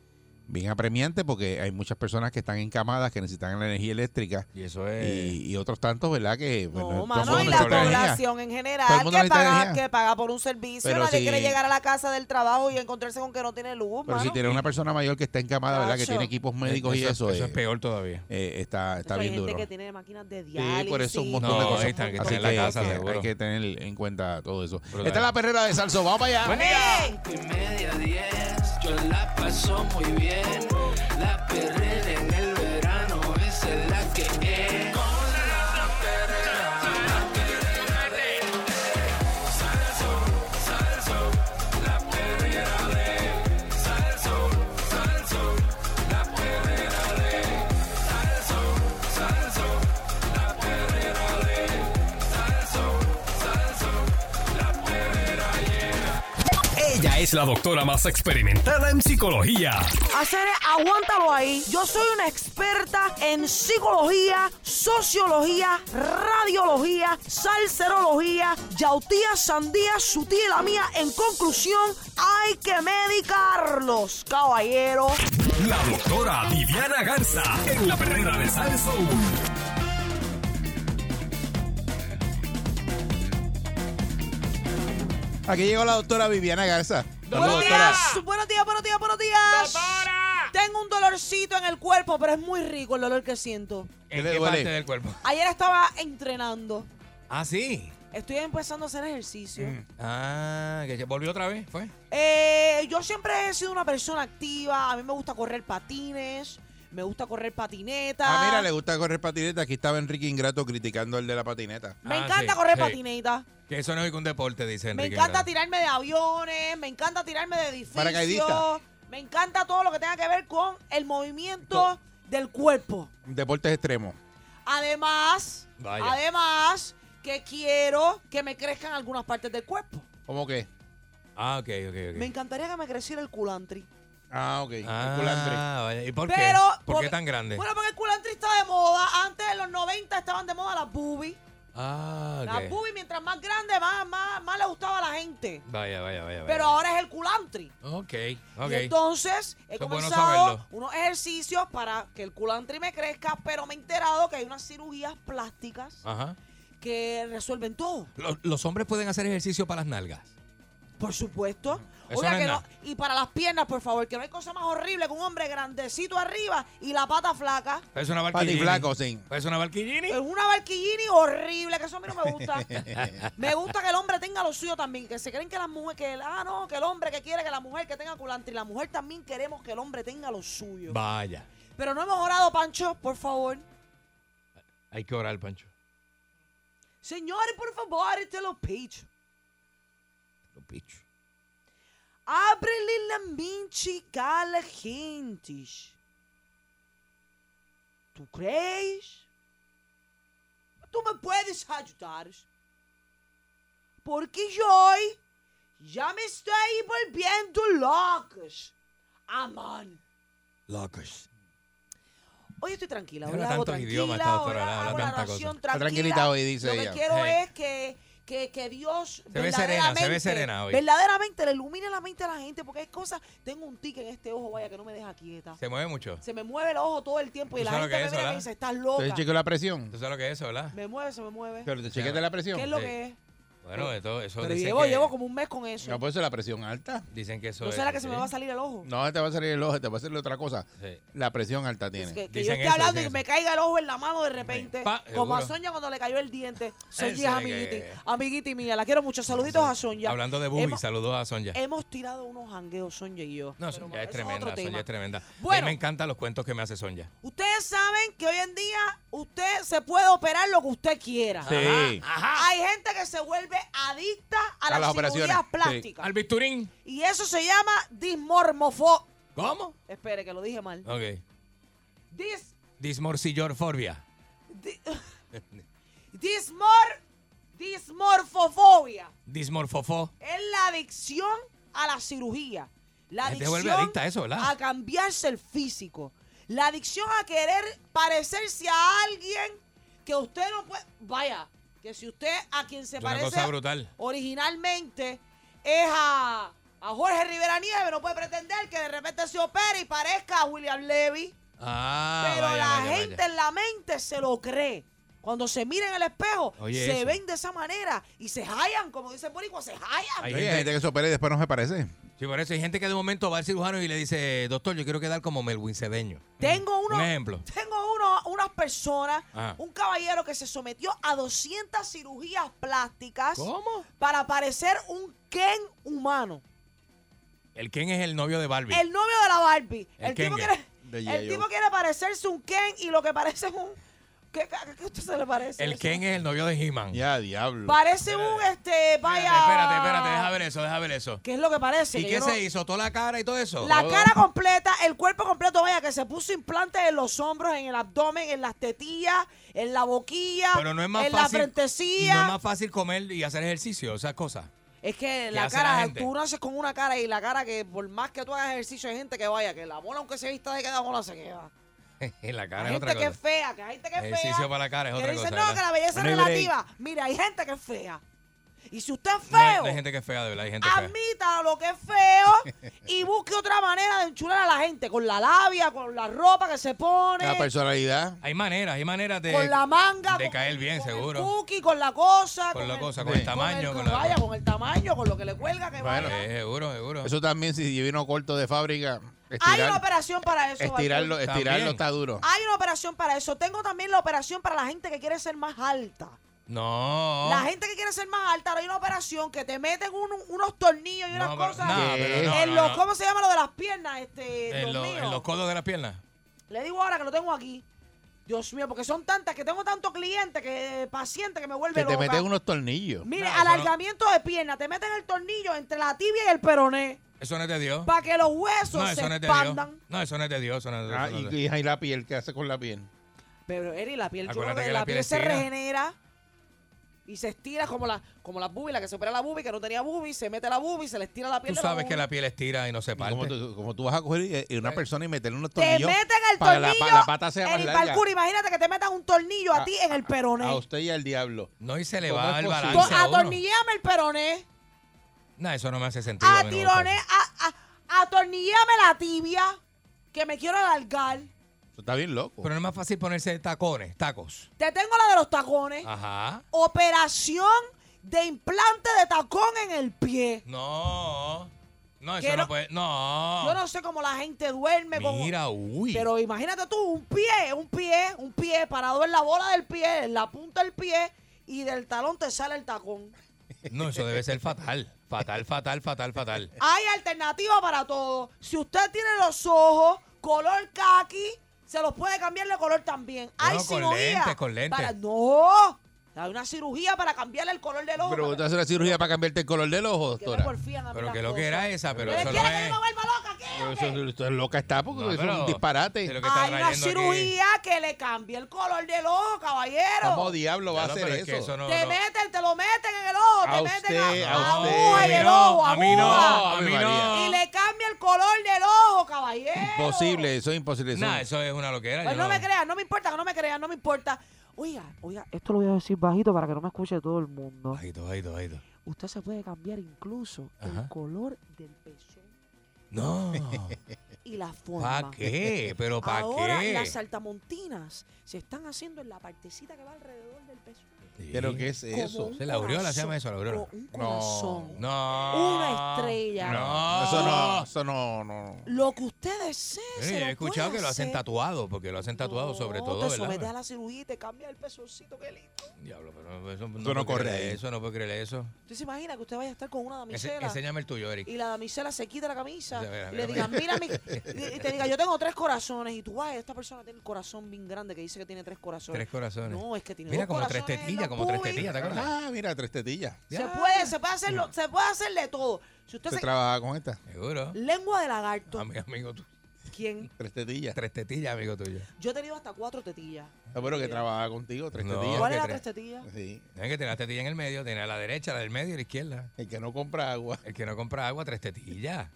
bien apremiante porque hay muchas personas que están encamadas que necesitan la energía eléctrica
y eso es
y, otros tantos verdad que pues, bueno, todo
No,
el
mano,
mundo
y la
necesita energía.
población en
Todo
general
el mundo
que
necesita
paga,
energía.
que paga por un servicio,
Pero
nadie
si-
quiere llegar a la casa del trabajo y encontrarse con que no tiene luz,
pero si
mano.
tiene una persona mayor que está encamada verdad que
Tacho.
tiene equipos médicos y eso
Eso, es
eh,
peor todavía.
eh, está está
Hay
bien
gente
duro
que tiene máquinas de
Sí,
diálisis.
por eso un montón
No,
de
ahí
cosas
están, que
Así
están en la casa,
que hay
seguro.
que tener en cuenta todo eso esta es la perrera de Salso vamos para allá
Y media diez, yo la paso muy bien. La perrera en el verano, esa es la que es.
Ella es la doctora más experimentada en psicología.
Hacer, aguántalo ahí. Yo soy una experta en psicología, sociología, radiología, salserología, yautía, sandía, su tía y la mía. En conclusión, hay que medicarlos, caballero.
La doctora Viviana Garza en la perrera de Salsoul.
aquí llegó la doctora Viviana Garza
Buenos días, buenos días, buenos días, buenos días. Tengo un dolorcito en el cuerpo, pero es muy rico el dolor que siento.
¿En
le
qué
duele?
parte del cuerpo?
Ayer estaba entrenando.
Ah, sí.
Estoy empezando a hacer ejercicio.
Mm. Ah, que ya volvió otra vez, fue.
Eh, yo siempre he sido una persona activa. A mí me gusta correr patines. Me gusta correr patineta.
Ah,
Ah,
mira, le gusta correr patineta. Aquí estaba Enrique Ingrato criticando al de la patineta.
me encanta correr patineta.
Que eso no es un deporte, dice
Me
Enrique.
encanta
Grande.
tirarme de aviones, me encanta tirarme de edificios,
Paracaidista.
me encanta todo lo que tenga que ver con el movimiento del cuerpo.
Deportes extremos.
Además,
Vaya.
además que quiero que me crezcan algunas partes del cuerpo.
¿Cómo que?
Ah, ok, ok, ok.
Me encantaría que me creciera el culantri.
Ah, ok.
Ah,
Culantri.
vaya. ¿Y por
Pero,
qué? ¿Por qué tan grande?
Bueno, porque el culantri está de moda. Antes, en los 90, estaban de moda las boobies.
ah, ok.
Las boobies, mientras más grande, más, más, más le gustaba a la gente.
Vaya, vaya, vaya. vaya.
Pero ahora es el culantri.
Ok, ok.
Y entonces he
Eso es bueno
comenzado
saberlo.
unos ejercicios para que el culantri me crezca, pero me he enterado que hay unas cirugías plásticas
Ajá.
que resuelven todo.
Lo- Los hombres pueden hacer ejercicio para las nalgas.
Por supuesto.
Eso
Oiga,
no es
que
nada.
no- y para las piernas, por favor, que no hay cosa más horrible que un hombre grandecito arriba y la pata
*laughs*
flaca.
Es una
Pati
barquillini.
flaco,
*laughs*
sí.
Es una barquillini.
Es una barquillini horrible, que eso a mí no me gusta.
*laughs*
Me gusta que el hombre tenga lo suyo también, que se creen que las mujeres, que el, ah, no, que el hombre que quiere que la mujer que tenga culantri, la mujer también queremos que el hombre tenga lo suyo.
Vaya.
Pero no hemos orado, Pancho, por favor.
Hay que orar, Pancho.
Señores, por favor, te lo picho.
Los pichos.
Ábrele la minchica a la gente. ¿Tú crees? Tú me puedes ayudar. Porque yo hoy ya me estoy volviendo locos. Amán.
Locos.
Hoy estoy tranquila, hoy
Habla
la hago
tantos
tranquila,
idiomas esta
hoy
doctora,
la
habla
hago la
tanta
oración
cosa. Está
tranquila.
tranquilita hoy, dice
Lo que
ella.
quiero
Hey.
es que, que, que Dios
Se ve serena, se ve serena hoy.
verdaderamente le ilumine la mente a la gente, porque hay cosas, tengo un tic en este ojo, vaya, que no me deja quieta.
Se mueve mucho.
Se me mueve el ojo todo el tiempo y
¿Tú
la
sabes
gente me
lo que es,
mira y me
verdad?
dice, estás loca.
chequeo la presión?
¿Tú sabes lo que es eso, verdad?
Me mueve, se me mueve.
Pero te chequeaste la presión.
¿Qué es lo
Sí.
que es?
Bueno, eso, eso
Pero
dicen
llevo,
eh, que-
llevo como un mes con eso.
No, por eso la presión alta.
Dicen que eso
¿No
es,
será que se
sí.
me va a salir el ojo?
No, te va a salir el ojo, te va a salir otra cosa. La presión alta tiene.
Es que, que yo esté hablando y que me caiga el ojo en la mano de repente.
Pa-
como a
seguro.
Sonia cuando le cayó el diente.
Ese
Sonia es
que-
amiguiti. Amiguiti mía, la quiero mucho. Saluditos a Sonia.
Hablando de Bubi,
Hemos-
saludó a Sonja.
Hemos tirado unos jangueos, Sonia y yo.
No,
eh, Pero
Sonja es
eso otro
tremenda,
tema.
Sonja es tremenda. A
Bueno.
mí me encantan los cuentos que me hace Sonja.
Ustedes saben que hoy en día usted se puede operar lo que usted quiera.
Sí. Ajá.
Hay gente que se vuelve adicta a, las, cirugías plásticas.
Al bisturín.
Y eso se llama dismormofo.
¿Cómo?
Espere, que lo dije mal.
Ok.
Dis-
*laughs* Dismorcillorforbia.
*laughs* dismor, dismorfofobia.
Dismorfofo.
es la adicción a la cirugía. La
La gente se vuelve
adicción
adicta a eso, ¿verdad?
a cambiarse el físico. La adicción a querer parecerse a alguien que usted no puede. Vaya, que si usted a quien se
Es una
parece
cosa brutal.
originalmente es a, a Jorge Rivera Nieves, no puede pretender que de repente se opere y parezca a William Levy.
Ah,
Pero
vaya,
la
vaya, vaya.
gente en la mente se lo cree. Cuando se mira en el espejo,
Oye,
se
eso.
ven de esa manera y se hallan, como dice el boricua, se hallan.
Hay gente que se opera y después no se parece.
Sí, por eso hay gente que de momento va al cirujano y le dice, doctor, yo quiero quedar como Melwin Cedeño.
Tengo uno,
Un ejemplo.
tengo uno, unas personas,
Ajá.
un caballero que se sometió a 200 cirugías plásticas
¿Cómo?
para parecer un Ken humano.
El Ken es el novio de Barbie.
El novio de la Barbie.
El
El, tipo,
Kenga.
quiere,
De
el
G.I.
tipo
Joe.
quiere parecerse un Ken y lo que parece es un... ¿Qué, qué- qué a usted se le parece?
El
eso?
Ken es el novio de He-Man. Ya, diablo.
Parece un, este, vaya...
Espérate, espérate, deja ver eso, deja ver eso.
¿Qué es lo que parece?
¿Y
Que
qué
yo no-
se hizo? ¿Toda la cara y todo eso?
La cara completa, el cuerpo completo, vaya, que se puso implantes en los hombros, en el abdomen, en las tetillas, en la boquilla,
Pero no es más
en la
fácil. No
frentecilla.
es más fácil comer y hacer ejercicio, esas cosas. *laughs*
es que
¿Qué
la
hace la
cara,
gente?
tú naces con una cara y la cara que por más que tú hagas ejercicio, hay gente que vaya, que la bola aunque se vista de queda bola se queda.
la cara
Hay
es
gente
otra
que es
cosa.
fea, que hay gente que es fea.
Ejercicio para la cara es
que
otra
dicen,
cosa,
no, que la belleza es
No hay break.
relativa. Mira, hay gente que es fea. Y si usted es
No hay,
feo,
no hay gente que es fea, de verdad, hay gente fea.
admita lo que es feo y busque otra manera de enchular a la gente con la labia, con la ropa que se pone,
personalidad. Hay maneras, hay maneras de,
con la manga,
de caer bien, seguro.
cookie, con la cosa,
con
con,
la
el,
cosa, con el tamaño, con la...
vaya, con el tamaño, con lo que le cuelga que
Bueno.
vaya.
Eh, seguro, seguro.
Eso también, si vino corto de fábrica,
Hay una
estirar-
operación para eso.
estirarlo,
eh.
Balcón.
estirarlo está duro.
Hay una operación para eso. Tengo también la operación para la gente que quiere ser más alta.
No.
La gente que quiere ser más alta, ahora hay una operación que te meten un- unos tornillos y unas
No, pero-
cosas.
no, pero no,
en
no,
los,
no.
¿Cómo se llama lo de las piernas? Este,
en,
Dios
lo-
mío.
en los codos de las piernas.
Le digo ahora que lo tengo aquí. Dios mío, porque son tantas que tengo tanto cliente, que eh, paciente que me vuelve
Que te
loca.
meten unos tornillos.
Mire,
No, eso no-
alargamiento de pierna, te meten el tornillo entre la tibia y el peroné
Eso no es de Dios.
para que los huesos
No,
se
eso no es de Dios.
expandan.
No, eso no es de Dios. Eso no es de
Ah,
eso no es
y,
de-
y- y la piel, ¿qué hace con la piel?
Pero Eri, la piel, yo creo
Acuérdate
que
que
la,
la
piel,
piel
se
estira.
regenera y se estira como la como las boobies, la que se opera la boobie, que no tenía boobie, se mete la boobie, se le estira la piel.
Tú
de la
sabes
boobie.
que la piel estira y no se parte.
Como tú, como tú vas a coger
Eh.
y- y una persona y meterle unos
te
tornillos.
meten el
para que
tornillo
La, pa- la pata sea
en
más
el
larga. Ah,
parkour, imagínate que te metan un tornillo a, ti en el peroné.
A usted y al diablo.
No, y se le
¿Cómo
va
es
el
posible?
balance a uno.
Atornilléame el peroné,
No, eso no me hace sentido. a mí no me gusta
atironé, a, a, atornilléame la tibia, que me quiero alargar.
eso. Está bien loco. Pero no es más fácil ponerse tacones, tacos.
Te tengo la de los tacones.
Ajá.
Operación de implante de tacón en el pie.
No. No,
Que
eso
no-
no puede. No.
Yo no sé cómo la gente duerme con.
Mira, uy.
Pero imagínate tú, un pie, un pie, un pie parado en la bola del pie, en la punta del pie, y del talón te sale el tacón.
No, eso debe ser fatal. Fatal, fatal, fatal, fatal.
Hay alternativa para todo. Si usted tiene los ojos color kaki, se los puede cambiar de color también. Hay
con
cirugía.
lentes, con lentes.
para- No. Hay una cirugía para cambiarle el color del ojo.
Pero
para-
usted hace una cirugía para cambiarte el color del ojo,
que me
doctora.
porfían a mí
Pero
las
que lo
cosas.
que era esa, pero
¿Ustedes
eso no
quieren que
es.
yo me vuelva loca? ¿Qué?
Pero eso- usted es loca está porque
No,
eso es
pero-
un disparate.
pero que está
Hay una
trayendo aquí-
cirugía que le cambia el color del ojo, caballero.
¿Cómo diablo va a
Claro,
hacer
pero es que
eso?
eso no-
te meten, te lo meten en el ojo,
A
te meten
usted,
a,
a usted.
aguja en
A mí
el
no,
ojo,
a mí no,
aguja.
a mí no.
Y le cambia el color del ojo, caballero.
Imposible, eso es imposible. eso-
Nah, eso es una loquera.
Pues
yo
no
no-
me creas, no me importa, que no me creas, no me importa. Oiga, oiga, esto lo voy a decir bajito para que no me escuche todo el mundo.
Bajito, bajito, bajito.
usted se puede cambiar incluso el
Ajá.
color del pezón *laughs*
No.
y la forma.
¿Para qué? ¿Pero para
Pues Ahora
qué?
las saltamontinas se están haciendo en la partecita que va alrededor del pezón.
¿Pero qué es
Como
eso?
un Se la aureola, se llama eso, la aureola.
un
corazón.
No.
Una estrella.
No.
Eso no, eso no, no. no.
Lo que usted desee.
Sí,
se
yo
lo
he escuchado
puede
que lo hacen
hacer.
tatuado, porque lo hacen tatuado sobre
No,
todo,
te
¿verdad?
sometes a la cirugía y te cambia el pezoncito, qué lindo.
Diablo, pero eso
Tú no
puedo creer
corres ahí.
Eso no puedo creer eso.
Usted se imagina que usted vaya a estar con una
Ese-
damisela
enséñame el tuyo, Eric.
y la damisela se quita la camisa
Mira, mira,
y le
mira,
digan, mira, mi, y te diga, yo tengo tres corazones y tú, ay, esta persona tiene el corazón bien grande que dice que tiene tres corazones.
Tres corazones.
No, es que tiene
Mira,
dos
como tres
corazones en
tetillas,
los
como tres
pubis.
tetillas, ¿te acuerdas?
Ah, mira, tres tetillas.
Se puede, se puede hacerlo, se puede hacerle todo. Si usted
¿Usted
se...
trabajaba con esta?
Seguro.
Lengua de lagarto.
A mi amigo tuyo.
¿Quién?
Tres tetillas.
Tres tetillas, amigo tuyo.
Yo he tenido hasta cuatro tetillas.
Ah, pero que trabajaba contigo, tres
No,
tetillas.
¿Cuál
que
era
tres-
tres tetillas?
Sí.
Tienes que tener las tetillas en el medio, tener la derecha, la del medio y la izquierda.
El que no compra agua.
El que no compra agua, tres tetillas.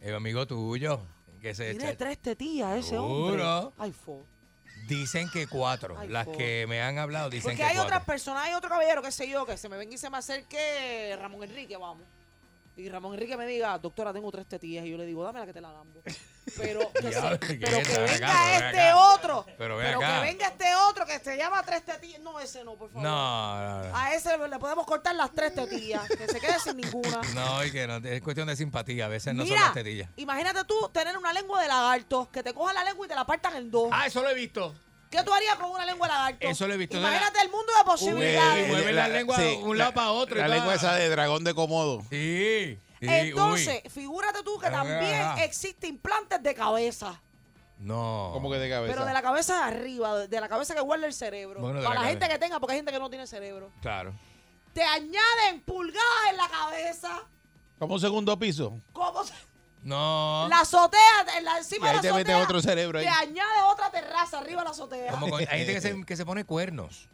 El amigo tuyo. Que se
Tiene
echa-
tres tetillas ese hombre.
Seguro.
Ay, fo.
Dicen que cuatro.
Ay,
las
por-
que me han hablado dicen
Porque
que
hay
cuatro.
otras personas, hay otro caballero, qué sé yo, que se me venga y se me acerque Ramón Enrique, vamos. Y Ramón Enrique me diga, doctora, tengo tres tetillas. Y yo le digo, dame la que te la lambo.
*laughs*
Pero que, se-
Diablo, ¿qué
pero
es
que
esa? Ven
venga
acá, pero ven
este
acá.
otro.
Pero ven
Pero que
acá.
venga este otro que se llama tres tetillas. No, ese no, por favor.
No, no, no.
A ese le podemos cortar las tres tetillas. Que se quede sin ninguna.
No, y que no, es cuestión de simpatía. A veces *laughs* no son
Mira,
las tetillas.
imagínate tú tener una lengua de lagarto, que te cojan la lengua y te la partan en dos.
Ah, eso lo he visto.
¿Qué tú harías con una lengua de lagarto?
Eso lo he visto.
Imagínate el mundo de
Uy,
posibilidades.
uy, Mueve la lengua de un lado para otro y
La
va.
lengua esa de dragón de comodo.
Sí. sí,
Entonces, figúrate tú que
Pero,
también
ajá.
existen implantes de cabeza,
uy. No.
¿Cómo que de cabeza?
pero de la cabeza de arriba, de la cabeza que guarda el cerebro.
Bueno, de
para
la
la gente
cabeza.
que tenga, porque hay gente que no tiene cerebro.
Claro.
Te añaden pulgadas en la cabeza,
Como un segundo piso.
como se-
No.
la azotea, en la, encima
Y ahí
de la
te metes
azotea.
otro cerebro ahí.
Te añade otra terraza arriba de la azotea.
Como con- hay gente
*laughs*
que se, que se pone cuernos.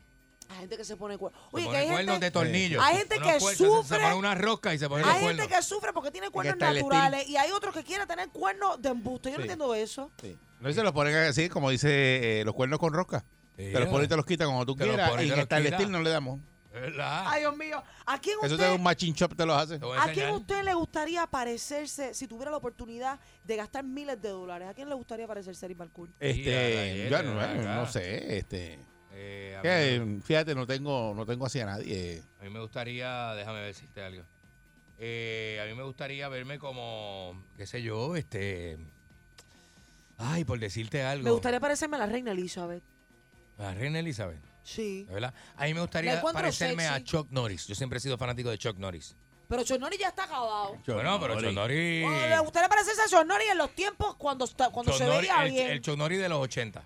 Hay gente que se pone cuernos.
Se
Oye, que
pone
hay
cuernos
gente,
de tornillo.
hay gente
Unos
que
cuernos, se-
sufre-
Se pone una rosca y se pone los
hay gente
cuernos.
que sufre porque tiene cuernos
está el estilo.
naturales y hay otros que quieren tener cuernos de embuste. Yo no
Sí.
entiendo eso.
No y se los ponen así, como dice eh, los cuernos con rosca.
Sí,
Te los ponen y te los quitan cuando tú
Te los
quieras.
ponen y
y
te
en
los
Star
quitan.
Steel no le damos.
¿Verdad?
Ay, Dios mío. ¿A quién
Eso
usted,
te da un machine shop, te los hace.
Te voy a
¿A quién
enseñar.
usted le gustaría parecerse si tuviera la oportunidad de gastar miles de dólares? ¿A quién le gustaría parecerse Eric Balcour?
Este,
Mira,
yo
Daniel,
no,
ven
bueno,
acá.
no sé, este.
Eh, a,
Eh,
mí,
fíjate, no tengo, no tengo así a nadie.
a mí me gustaría, déjame ver si está algo. Eh, a mí me gustaría verme como, qué sé yo, este... Ay, por decirte algo.
Me gustaría parecerme a la reina Elizabeth.
La reina Elizabeth,
Sí.
de ¿verdad? A mí me
La
gustaría
encuentro
parecerme a
sexy.
Chuck Norris. Yo siempre he sido fanático de Chuck Norris.
Pero Chonori ya está acabado.
bueno, pero Chuck Norris...
Bueno, le gustaría parecerse a Chonori en los tiempos cuando, está- cuando
Chuck
se
Norris-
veía
el,
bien.
el Chuck Norris de los 80.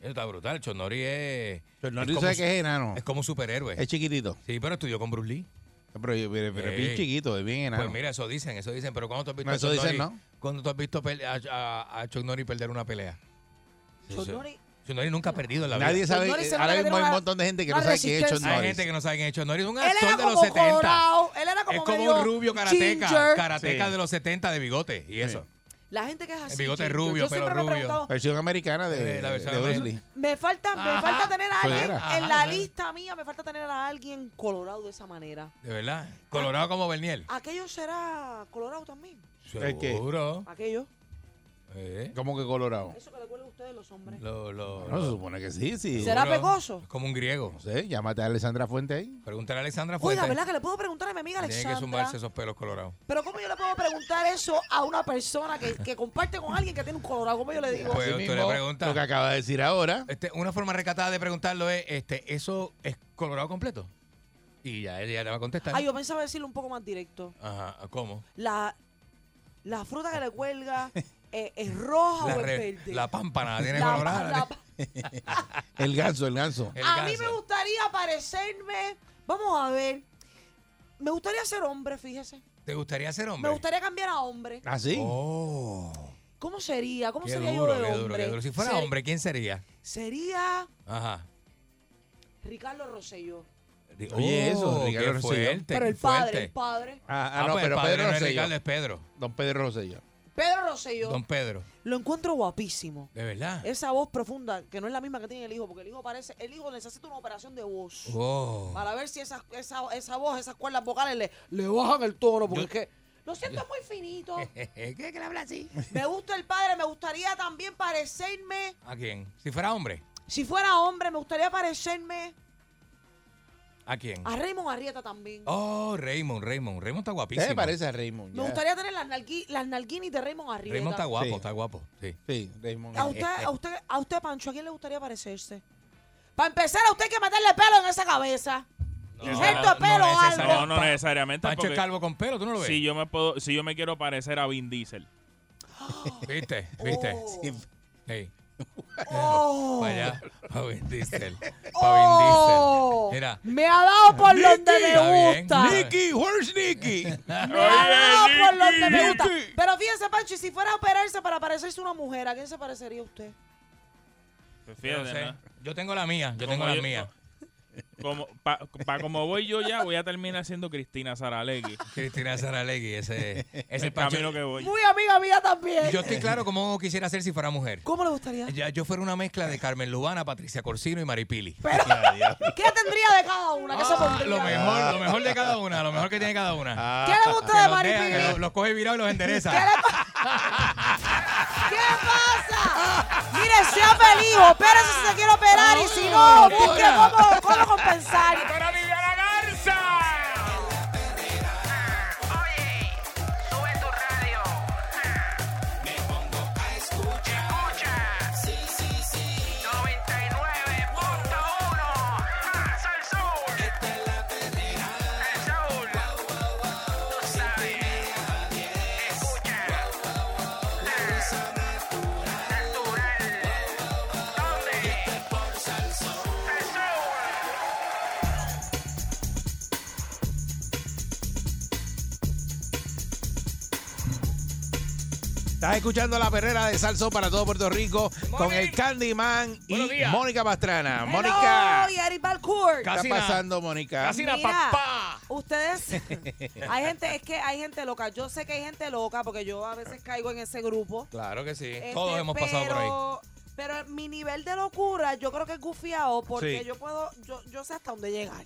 Eso está brutal. Chonori es.
Chonori, ¿tú sabes
su-
que es enano?
Es como un superhéroe.
Es chiquitito.
Sí, pero estudió con Bruce Lee.
Pero, pero- pero es bien
Ey.
chiquito, es bien enano.
Pues mira, eso dicen, eso dicen. Pero cuando tú has visto
No, eso
a Chuck
dicen,
Norris-
¿no?
¿Cuándo tú has visto pe- a, a, a Chuck Norris perder una pelea?
Chuck
Eso-
Norris-
Chuck Norris nunca ha perdido en la
Nadie
vida.
sabe- Chuck Norris Pues se ahora va a mismo hay un ganar una- montón de gente que no una sabe quién es Chuck resistencia.
Hay
Norris.
gente que no sabe quién es Chuck Norris. Un
Él era
actor de los
como
70.
colorado, él era como
es como
medio
un rubio karateca.
ginger.
Karateca
Sí.
de los 70 de bigote. Y eso.
La gente que es así.
El bigote
chico,
rubio,
yo
pelo
siempre me he
rubio.
preguntado,
Versión americana de,
Eh, la versión
de Bruce
americana.
Lee.
Me falta, me falta tener a
Pues
alguien
era.
en la
Ajá.
lista mía, me falta tener a alguien colorado de esa manera.
De verdad. Colorado como Berniel.
Aquello será colorado también.
¿El qué?
Seguro. eh,
Aquello.
Como que colorado.
Eso que le cuelga a ustedes los hombres.
Lo, lo,
No, se supone que sí, sí.
¿Será
Seguro.
pegoso?
Como un griego.
No sé, llámate a Alessandra Fuente ahí.
Pregúntale a Alexandra
Oiga,
Fuentes.
¿verdad que le puedo preguntar a mi amiga
Tiene que zumbarse
Alexandra?
esos pelos colorados.
Pero ¿cómo yo le puedo preguntar eso a una persona que, que comparte con alguien que tiene un colorado? ¿Cómo yo le digo?
Pues
Así
tú le
mismo,
preguntas.
Lo que acaba de decir ahora.
Este, una forma recatada de preguntarlo es, este, ¿eso es colorado completo? Y ya ella le va a contestar.
Ay, yo pensaba decirlo un poco más directo.
Ajá, ¿cómo?
La, la fruta que le cuelga eh, es roja
La,
o es
re-
verde.
la pámpana la tiene
La-
colorada.
la-
El ganso, el ganso.
El
a mí
ganso.
me gustaría parecerme. Vamos a ver. Me gustaría ser hombre, fíjese.
¿Te gustaría ser
Me
hombre?
gustaría cambiar a hombre.
¿Ah, sí?
Oh,
¿Cómo sería? ¿Cómo
qué
sería yo
duro,
de
qué
hombre?
duro, qué duro. Si fuera
Ser-
hombre, ¿quién sería?
Sería
Ajá.
Ricardo Rosselló.
Di-
Oye, eso,
oh,
Ricardo
qué
Rosselló.
fuerte,
Pero
qué
el padre,
fuerte.
el padre.
Ah, ah,
Ah,
no,
pues el
pero
padre
Pedro
no es
Rosselló.
Ricardo, es Pedro.
Don Pedro Rosselló.
Pedro Rosselló.
Don Pedro.
Lo encuentro guapísimo.
De verdad.
Esa voz profunda, que no es la misma que tiene el hijo, porque el hijo parece, el hijo necesita una operación de voz.
Oh.
Para ver si esa, esa, esa voz, esas cuerdas vocales le, le bajan el tono, porque
Yo-
es que lo siento es muy
*laughs*
finito.
eh, ¿Qué que le habla así?
me gusta el padre, me gustaría también parecerme,
¿A quién? Si fuera hombre,
si fuera hombre, me gustaría parecerme
¿a quién?
a Raymond Arrieta también.
Oh, Raymond, Raymond. Raymond está guapísimo.
¿Qué me parece a Raymond?
Me
ya.
gustaría tener las, nalgui- las nalguinis de Raymond Arrieta.
Raymond está guapo,
Sí.
está guapo. Sí.
Sí, Raymond. eh,
A usted,
*laughs*
a usted, a usted, Pancho, ¿a quién le gustaría parecerse? Para empezar, a usted hay que meterle pelo en esa cabeza. Injerto de pelo o algo.
No, no necesariamente.
Pancho
porque
es calvo con pelo, ¿tú no lo ves?
Si yo me puedo, si yo me quiero parecer a Vin Diesel.
*gasps* ¿Viste? ¿Viste?
Oh.
Hey.
Oh.
Para allá, para Vin Diesel. Para
Oh.
Vin Diesel. Mira.
Me ha dado por
Nicky,
donde
está
Oh. me
bien.
gusta.
Nicky, where's Nicky?
Me ha dado por donde me gusta. Pero fíjese, Pancho, y si fuera a operarse para parecerse una mujer, ¿a quién se parecería usted?
Fíjate,
yo, no sé.
¿no?
Yo tengo la mía, yo
Como
tengo la
yo-
mía.
Como, pa, pa como voy yo ya, voy a terminar siendo Cristina Saralegui.
Cristina Saralegui, ese es el
el
Pancho.
camino que voy.
Muy amiga mía también.
Yo estoy claro cómo quisiera ser si fuera mujer.
¿Cómo le gustaría?
Ya, yo fuera una mezcla de Carmen Lubana, Patricia Corsino y Maripili.
¿Qué tendría de cada una? ¿Qué se pondría?
Ah, Lo mejor, lo mejor de cada una, lo mejor que tiene cada
Ah.
una.
¿Qué le gusta
Que
de
los deja, que
Maripili?
lo- los coge virados y los endereza.
¿Qué pasa? Mire, sea feliz, opérese si se quiere operar y si no, busque cómo, cómo compensar.
¡Para Viviana Garza!
Oye, sube tu radio. Me pongo a escuchar. Escucha. Sí, sí, sí. 99.1. Ah, Sal Soul. Esta es la perrera. El Soul. Tú sabes. Escucha. Ah, Natural. ¿Dónde? Sal Soul.
Estás escuchando la perrera de Salso para todo Puerto Rico con el Candyman
Buenos
y
días.
Mónica Pastrana.
Hello,
Mónica,
y Eric Balcourt.
¿qué está
Casina.
pasando, Mónica?
Casina,
Mira,
papá.
Ustedes, hay gente, es que hay gente loca. Yo sé que hay gente loca porque yo a veces caigo en ese grupo.
Claro que sí.
Este,
Todos hemos pasado por ahí.
pero- Pero mi nivel de locura yo creo que es gufiado porque
Sí.
yo puedo, yo, yo sé hasta dónde llegar.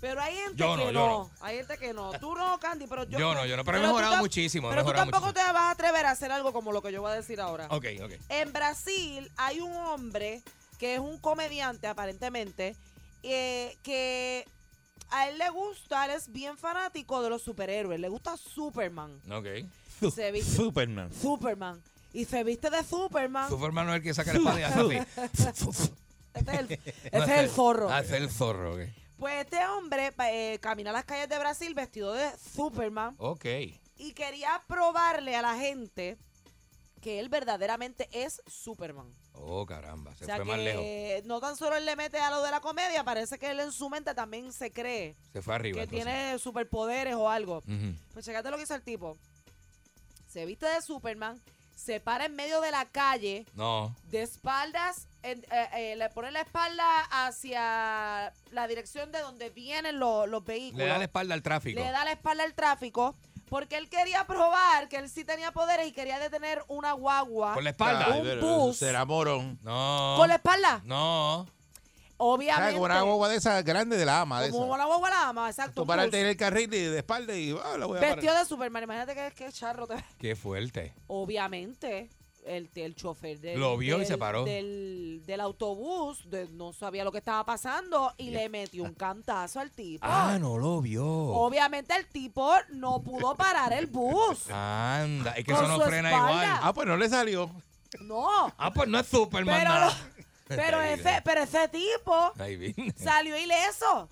Pero hay gente
Yo no,
que
yo
no,
no.
Hay gente que no. Tú no, Candy, pero yo.
Yo no, yo no, pero he
tú
mejorado
tam-
muchísimo, he
Pero tú
mejorado
tampoco
muchísimo.
te vas a atrever a hacer algo como lo que yo voy a decir ahora.
Ok, ok.
En Brasil hay un hombre que es un comediante aparentemente eh, que a él le gusta, él es bien fanático de los superhéroes, le gusta Superman.
Ok.
Su-
Se viste-
Superman.
Superman. Y se viste de Superman.
Superman no es el que saca la espada y hace así.
*laughs* Este es
*laughs*
el, este es el zorro.
Hace el zorro, ok.
Pues este hombre pa- eh, camina las calles de Brasil vestido de Superman
Ok.
y quería probarle a la gente que él verdaderamente es Superman.
Oh, caramba, se
o sea
fue más lejos.
que no tan solo él le mete a lo de la comedia, parece que él en su mente también se cree
Se fue arriba.
que
entonces.
tiene superpoderes o algo.
Ujú.
Pues checate lo que hizo el tipo. Se viste de Superman, se para en medio de la calle,
No.
de espaldas, en- eh, eh, le pone la espalda hacia la dirección de donde vienen lo- los vehículos.
Le da la espalda al tráfico.
Le da la espalda al tráfico. Porque él quería probar que él sí tenía poderes y quería detener una guagua.
Con la espalda.
Un bus.
Será morón.
No.
¿Con la espalda?
No.
Obviamente.
Con una guagua de esas grande de la ama. De
Como
esas.
una guagua la ama, exacto.
Tú
un
pararte
bus.
en el carril y de espalda y ah, la voy a parar.
Vestido de Superman. Imagínate que, que charro te
Qué fuerte.
Obviamente, el, el chofer del,
Lo vio y
del-
se paró.
Del, del autobús de- no sabía lo que estaba pasando y le metió un cantazo al tipo.
Ah, no lo vio.
Oh, Obviamente, el tipo no pudo parar el
*laughs*
bus.
Anda, es que
Con
eso no
su
frena
espalda.
igual.
Ah,
pues no le salió.
No,
Ah, pues no es Superman.
Pero
nada.
pero
Ahí
ese, pero ese tipo
vi, Ahí vi.
salió ileso.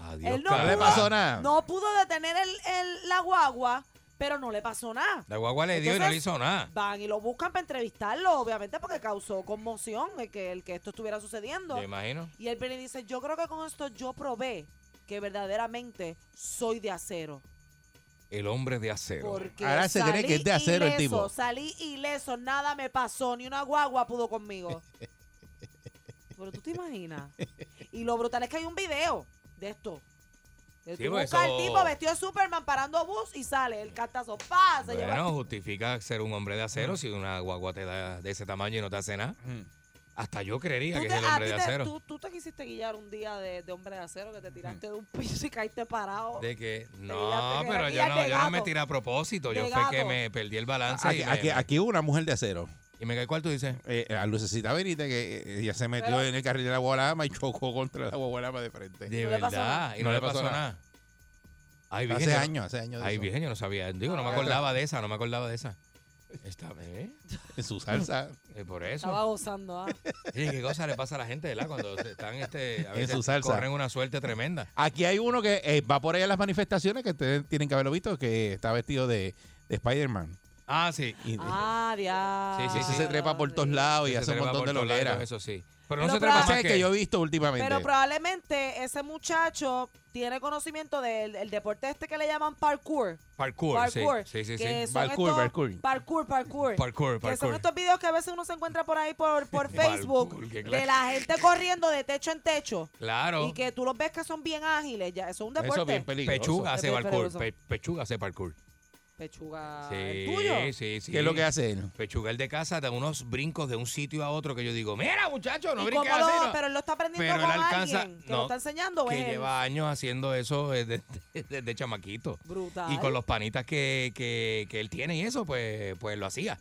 Adiós,
Él no
cara.
pudo- No pudo detener el, el- la guagua, pero no le pasó nada.
La guagua le dio y no le
Entonces,
hizo nada.
Van y lo buscan para entrevistarlo, obviamente, porque causó conmoción el que, el que esto estuviera sucediendo.
Me imagino.
Y él viene y dice, yo creo que con esto yo probé que verdaderamente soy de acero.
El hombre de acero.
Porque salí ileso, Salí ileso, nada me pasó, ni una guagua pudo conmigo. Pero tú te imaginas. Y lo brutal es que hay un video de esto. De
Sí,
tú
pues,
buscas
eso-
el tipo vestido de Superman parando bus y sale el cartazo. ¡Pasa! Se lleva-
Bueno, justifica ser un hombre de
Mm.
acero si una guagua te da de ese tamaño y no te hace nada. Hasta yo creería
Tú
que
te-
es el
a
hombre
ti
de
te-
acero.
tú, tú te quisiste guillar un día de, de hombre de acero que te tiraste de un piso y caíste parado.
Mm. De que
guillaste,
no,
que
pero
era
yo no,
guillar de este
yo no me
gato.
tiré a propósito. Yo
De
fue que
gato.
me perdí el balance.
Aquí,
y me-
aquí, aquí hubo una mujer de acero.
¿Y me cae cuál tú dices?
eh, a Lucecita Benítez, que eh, ella se metió
Pero-
en el carril de la guarama y chocó contra la guarama de frente.
De verdad. Y no, le pasó nada. Ay,
Hace
virgen, yo no-
años, hace años de
Ay,
eso.
virgen, yo no sabía. Digo, no me
Ah.
acordaba de esa, no me acordaba de esa. Esta vez. eh,
En su salsa.
por eso.
Estaba gozando, ¿ah?
Sí, qué cosa le pasa a la gente, ¿verdad? Cuando se- están este, a
En
veces
su salsa.
corren una suerte tremenda.
*laughs* Aquí hay uno que eh, va por ahí a las manifestaciones, que ustedes tienen que haberlo visto, que está vestido de, de Spider-Man.
Ah, sí.
Y-
Ah, ya.
Sí, sí, se trepa por todos lados y
Se
hace un
trepa
montón
por
de
todos lados,
loleras.
Eso sí.
Pero no se trepa
Ese
más
es
que-
que yo he visto últimamente.
Pero probablemente ese muchacho tiene conocimiento del el deporte este que le llaman parkour.
Parkour, sí. Sí, sí,
que
sí.
son
Parkour,
estos-
parkour.
Parkour, parkour.
Parkour,
Que son
parkour.
estos videos que a veces uno se encuentra por ahí por, por
*laughs*
Facebook
Parkour, qué clase.
de la gente corriendo de techo en techo.
Claro.
Y que tú los ves que son bien ágiles. Ya, eso es un deporte.
Eso bien peligroso. Pechuga hace
Es bien
parkour.
peligroso.
pe- pechuga hace parkour.
Pechuga.
Sí,
Ah, ¿El tuyo?
sí, sí.
¿Qué es lo que hace él?
Pechuga el de casa da unos brincos de un sitio a otro que yo digo, mira, muchacho, no
¿Y
brinques
cómo
así.
lo-
no".
Pero él lo está aprendiendo
Pero él
con
alcanza-
alguien que
no,
lo está enseñando. ¿o
que
es él?
lleva años haciendo eso eh, *laughs* desde, desde chamaquito.
Brutal.
Y con los panitas que, que- que él tiene y eso, pues, pues lo hacía.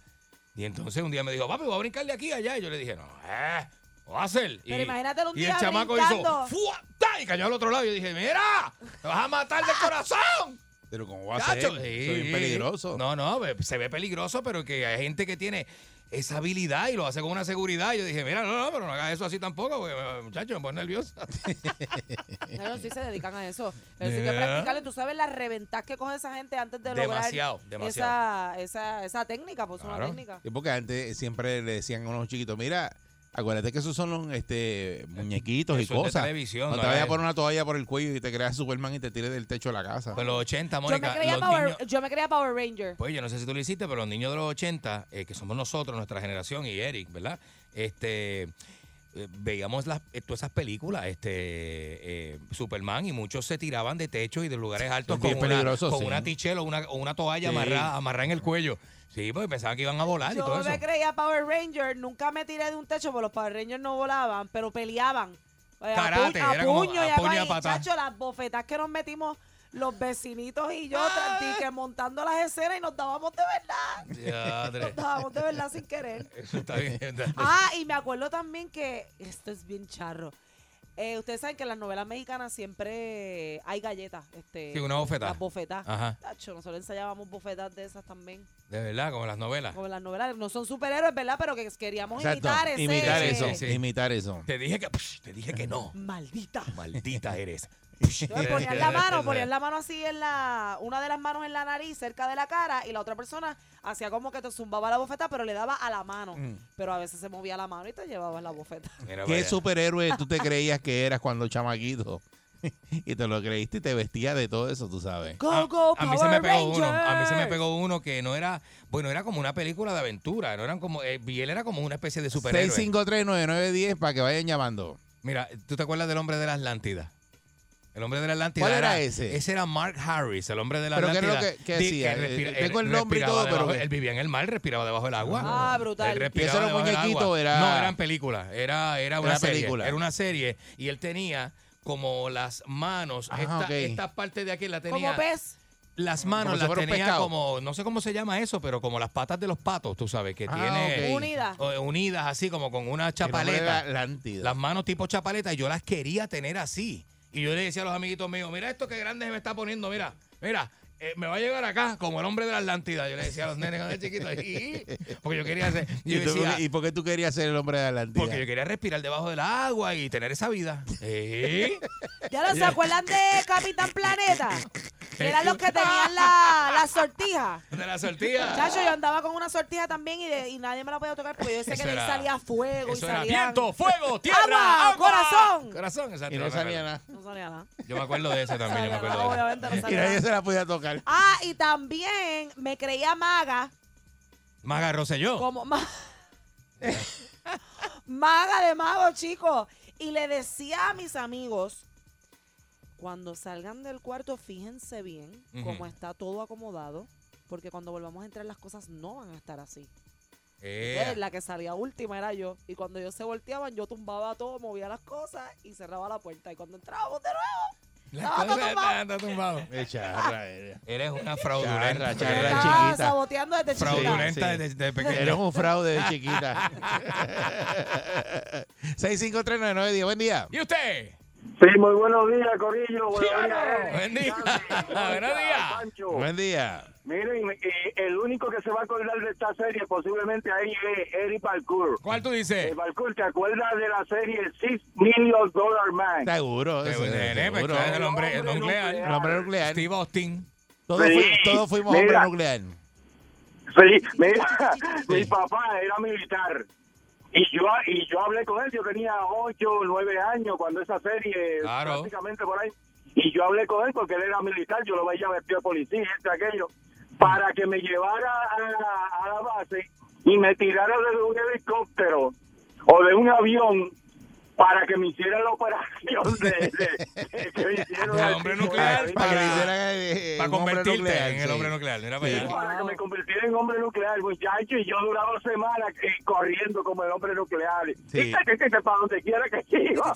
Y entonces un día me dijo, papi, voy a brincar de aquí a allá. Y yo le dije, no, eh, lo voy a hacer.
Pero
y,
imagínate un
y
día
el chamaco
brincando.
hizo, ¡fua! ¡ta! Y cayó al otro lado. Y yo dije, mira, te vas a matar
*laughs*
de corazón.
Pero ¿cómo va a ser?
Chacho,
Eso
sí.
es bien peligroso.
No, no, ve- se ve peligroso, pero que hay gente que tiene esa habilidad y lo hace con una seguridad. Y yo dije, mira, no, no, pero no hagas eso así tampoco, porque, eh, muchacho, me pone *laughs* nerviosa.
Claro, sí se dedican a eso. Pero sí que
¿Verdad?
practicarle, tú sabes las reventas que coge esa gente antes de
Demasiado,
lograr
demasiado.
Esa, esa, esa técnica, pues una técnica.
Sí, porque antes eh, siempre le decían a unos chiquitos, mira, acuérdate que esos son los, este, muñequitos y
Eso es de
cosas.
televisión,
no te
no era
vayas a
eso.
poner una toalla por el cuello y te creas Superman y te tires del techo de la casa.
Pues los 80,
Yo me,
Mónica,
creía
los
Power,
niños...
yo me creía Power Ranger.
Pues yo no sé si tú lo hiciste, pero los niños de los 80, eh, que somos nosotros, nuestra generación y Eric, ¿verdad? Este eh, veíamos las, eh, todas esas películas, este eh, Superman, y muchos se tiraban de techos y de lugares altos con
bien
una,
peligroso,
con
sí.
una tichela o una, o una toalla
Sí.
amarrada, amarrada en el cuello. Sí, porque pensaban que iban a volar y
Yo
todo
me
eso.
creía Power Ranger, nunca me tiré de un techo porque los Power Rangers no volaban, pero peleaban. Eh, a
Karate,
pu- a,
era como
puño
a
y
puño y a
algo ahí,
pata.
chacho, las bofetas que nos metimos los vecinitos y yo
Ah.
tras- que montando las escenas y nos dábamos de verdad.
Diadre.
Nos dábamos de verdad sin querer.
Eso está
*laughs*
bien.
Ah,
Pues
y me acuerdo también que esto es bien charro. Eh, ustedes saben que en las novelas mexicanas siempre hay galletas. Este,
Sí, una bofetada.
Las bofetas.
Ajá.
Tacho, nosotros ensayábamos bofetas de esas también.
De verdad, como en las novelas.
Como en las novelas. No son superhéroes, ¿verdad? Pero que queríamos imitar ese.
imitar eso,
Sí,
imitar eso.
Te dije que, psh, te dije que no. *laughs*
Maldita.
Maldita eres.
Ponías la mano, ponías la mano así en la, una de las manos en la nariz, cerca de la cara, y la otra persona hacía como que te zumbaba la bofeta, pero le daba a la mano.
Mm.
Pero a veces se movía la mano y te llevaba la bofeta.
Mm.
¿Qué superhéroe tú te creías que eras cuando chamaquito? *laughs* y te lo creíste y te vestías de todo eso, tú sabes.
Go, go,
Ah, A mí se me
Power
pegó uno. A mí se me
Rangers.
pegó uno que no era. Bueno, era como una película de aventura. No eran como. eh, y él era como una especie de superhéroe.
6539910 para que vayan llamando.
Mira, ¿tú te acuerdas del hombre de la Atlántida? El hombre de la Atlántida.
¿Cuál era ese?
Ese era Mark Harris, el hombre de la
¿Pero qué era lo
Atlántida.
que- qué
Di-
hacía?
él respira-
Eh, tengo
él
el nombre y
respiraba
todo, pero
debajo-
¿qué?
Él vivía en el mar, respiraba debajo del agua.
Ah, brutal.
Él
Y
respiraba
eso era un
debajo del
muñequito,
agua.
era-
No, eran películas. Era, era una
Era
serie.
película.
Era una serie. Y él tenía como las manos,
Ah,
esta,
ok.
esta parte de aquí la tenía.
Como pez.
Las manos
Como si
las
fuera un
tenía
pescado.
como, no sé cómo se llama eso, pero como las patas de los patos, tú sabes, que Oh,
Ah,
tiene
ok. Unidas.
o- unidas así como con una chapaleta. Las manos tipo chapaleta, y yo las quería tener así. Y yo le decía a los amiguitos míos, mira esto que grande se me está poniendo, mira, mira, eh, me va a llegar acá como el hombre de la Atlántida. Yo le decía a los nenes cuando era chiquito, "Ih", porque yo quería hacer, y
*laughs*
yo
¿Y, tú por
decía,
qué- y por qué tú querías ser el hombre de Atlántida?
porque yo quería respirar debajo del agua y tener esa vida. ¿Eh?
Ya no se acuerdan de Capitán
*laughs*
Planeta. Que eran los que tenían la, la sortija.
De la sortija.
Chacho, yo andaba con una sortija también y, de- y nadie me la podía tocar porque yo sé que
Eso
de ahí
era-
salía fuego y
Eso era
salía.
viento, fuego, tierra,
agua,
agua.
corazón.
Corazón, exacto.
Y no
yo me acuerdo.
salía nada.
No salía nada.
Yo me acuerdo de ese también, yo me acuerdo de ese.
Obviamente no
Y
salía
nadie
nada.
se la podía tocar.
Ah, y también me creía maga.
Maga Rosselló.
Como ma- *laughs* maga de mago, chicos. Y le decía a mis amigos, cuando salgan del cuarto, fíjense bien
Ujú.
cómo está todo acomodado, porque cuando volvamos a entrar las cosas no van a estar así.
Eh,
Pues, La que salía última era yo. Y cuando ellos se volteaban, yo tumbaba todo, movía las cosas y cerraba la puerta. Y cuando entrábamos de nuevo,
la
estaba todo
cosa
tumbado.
está- está tumbado.
Eh, charra era.
Eres una fraudulenta.
Charra, charra
Eres
Estaba
chiquita.
saboteando desde chiquita.
Fraudulenta desde, desde pequeña.
Eres un fraude de chiquita. 6539910, buen día.
*laughs* ¿Y usted?
Sí, muy buenos días, Corillo. Buenos días.
Buen día.
Buenos días.
Buen día.
Miren, eh, el único que se va a acordar de esta serie posiblemente ahí es Eric Parkour.
¿Cuál tú dices?
Eh, Parkour, ¿te acuerdas de la serie Six Million Dollar Man?
Seguro.
Te-
eso,
nene, pues,
seguro.
claro, el hombre, el nuclear.
El hombre nuclear.
Steve Austin.
Todos,
Sí.
fui- todos fuimos hombres
Mira.
nuclear.
Sí, mira, *laughs* mi papá era militar. Y yo, y yo hablé con él, yo tenía 8 o 9 años cuando esa serie,
Claro.
prácticamente por ahí. Y yo hablé con él porque él era militar, yo lo veía vestido de policía, este, aquello, para que me llevara a la, a la base y me tirara de un helicóptero o de un avión para que me hiciera la operación de, de- de- que me hicieron
Del
al
hombre
tipo
nuclear
de-
Para que
Para-
le hicieran, eh,
Para
un hombre
convertirte
nuclear,
en el
sí.
hombre nuclear. Mira para allá.
para que me convirtiera en hombre nuclear, muchacho, y yo duraba semanas eh, corriendo como el hombre nuclear.
Sí.
Y que- que- que para donde quiera que iba.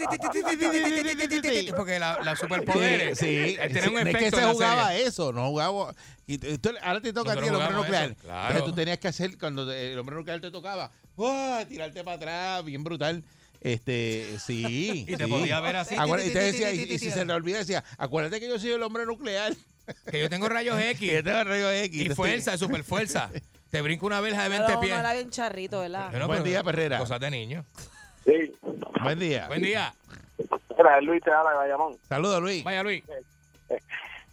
Este Porque la, la superpoderes.
Sí, sí.
eh, tienen
sí.
un
es
efecto
que se
en la
jugaba
serie.
eso, no jugaba. y tú- tú- ahora te toca a ti el
Nosotros
hombre
jugamos
nuclear.
eso, claro.
Entonces tú tenías que hacer, cuando te- el hombre nuclear te tocaba, ¡buah! tirarte para atrás, bien brutal. Este, sí.
*laughs* Y te
sí.
podía ver así.
Acuérdate- y, te decía, y, y si se le olvida, decía, acuérdate que yo soy el hombre nuclear. *laughs*
Que yo tengo rayos X.
Que yo tengo rayos X. este,
Y
Entonces-
fuerza,
*laughs*
super fuerza. Te brinco una verja de
Pero
20
uno
pies.
era bien charrito, ¿verdad?
Bueno,
Buen
pero-
día, Perrera.
Cosas de niño.
Sí,
Buen día.
Buen día.
era Luis te habla de Bayamón.
Saludos, Luis.
Vaya, Luis.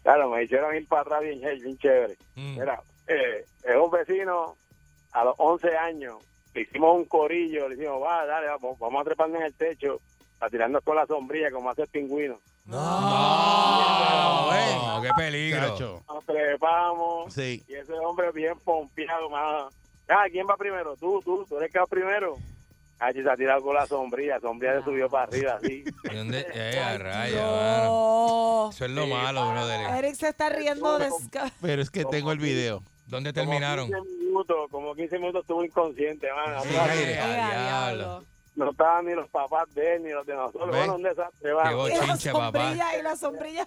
Claro, me hicieron ir para atrás bien, bien chévere.
Mm.
Mira, eh, es un vecino a los 11 años. Le hicimos un corillo, le dijimos, va, dale, vamos, vamos a treparnos en el techo, a tirarnos con la sombrilla como hace el pingüino.
No,
bueno.
qué peligro.
Cacho.
Nos trepamos.
Sí.
Y ese hombre bien pompeado, mano. Ah, ¿quién va primero? Tú, tú, tú eres que va primero. Ah, se ha tirado con la sombrilla, la sombrilla se subió para arriba, así.
¿Y dónde? Eh, a rayos, mano.
Oh,
Eso es lo malo, brother.
Eric se está riendo de... Sky.
Pero es que tengo el video.
¿Dónde
Como
*laughs* terminaron?
15 minutos, como 15 minutos estuvo inconsciente, mano. Atrás,
Eh,
Eh,
a
a
diablo.
No estaban ni los papás de él, ni los de nosotros.
Ve.
Bueno, un desastre,
Qué
mano.
boche.
Y la
Chinche, papá.
sombrilla y la sombrilla.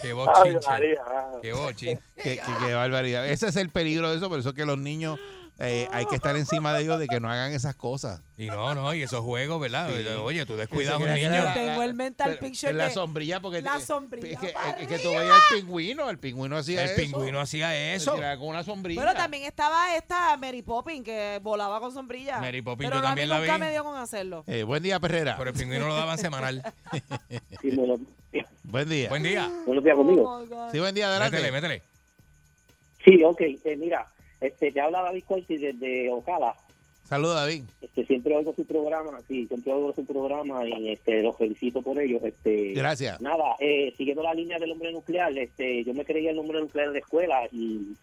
Qué
Ay,
bochinche.
María, ah. mano.
Qué bochinche.
Qué, qué- qué barbaridad. Ese es el peligro de eso, por eso es que los niños eh, hay que estar encima de ellos de que no hagan esas cosas.
Y no, no, y esos juegos, ¿verdad?
Sí.
Oye, tú descuidas a un
Ese que era-
niño.
Tengo el mental
pero-
picture
La
de-
sombrilla, porque
la
te-
sombrilla
Es que,
para
es que tú
arriba.
veías el pingüino, el pingüino hacía
El
eso.
pingüino hacía eso.
Tiraba con una sombrilla.
Bueno, también estaba esta Mary Poppins que volaba con sombrilla.
Mary Poppins,
Pero
yo
no, a mí
también la
nunca
vi.
me dio con hacerlo.
Eh, buen día, Perrera.
Pero el pingüino lo daban semanal.
Buen día.
Buen día.
Buenos días
Oh
conmigo.
Sí, buen día, adelante.
Métele, métele.
Sí, ok. eh, mira, este, te habla David Corti desde Ocala.
Saludos, David.
Este, siempre oigo su programa, sí, siempre oigo su programa y este, los felicito por ello. Este,
Gracias.
Nada, eh, siguiendo la línea del hombre nuclear, este, yo me creía el hombre nuclear en la escuela y,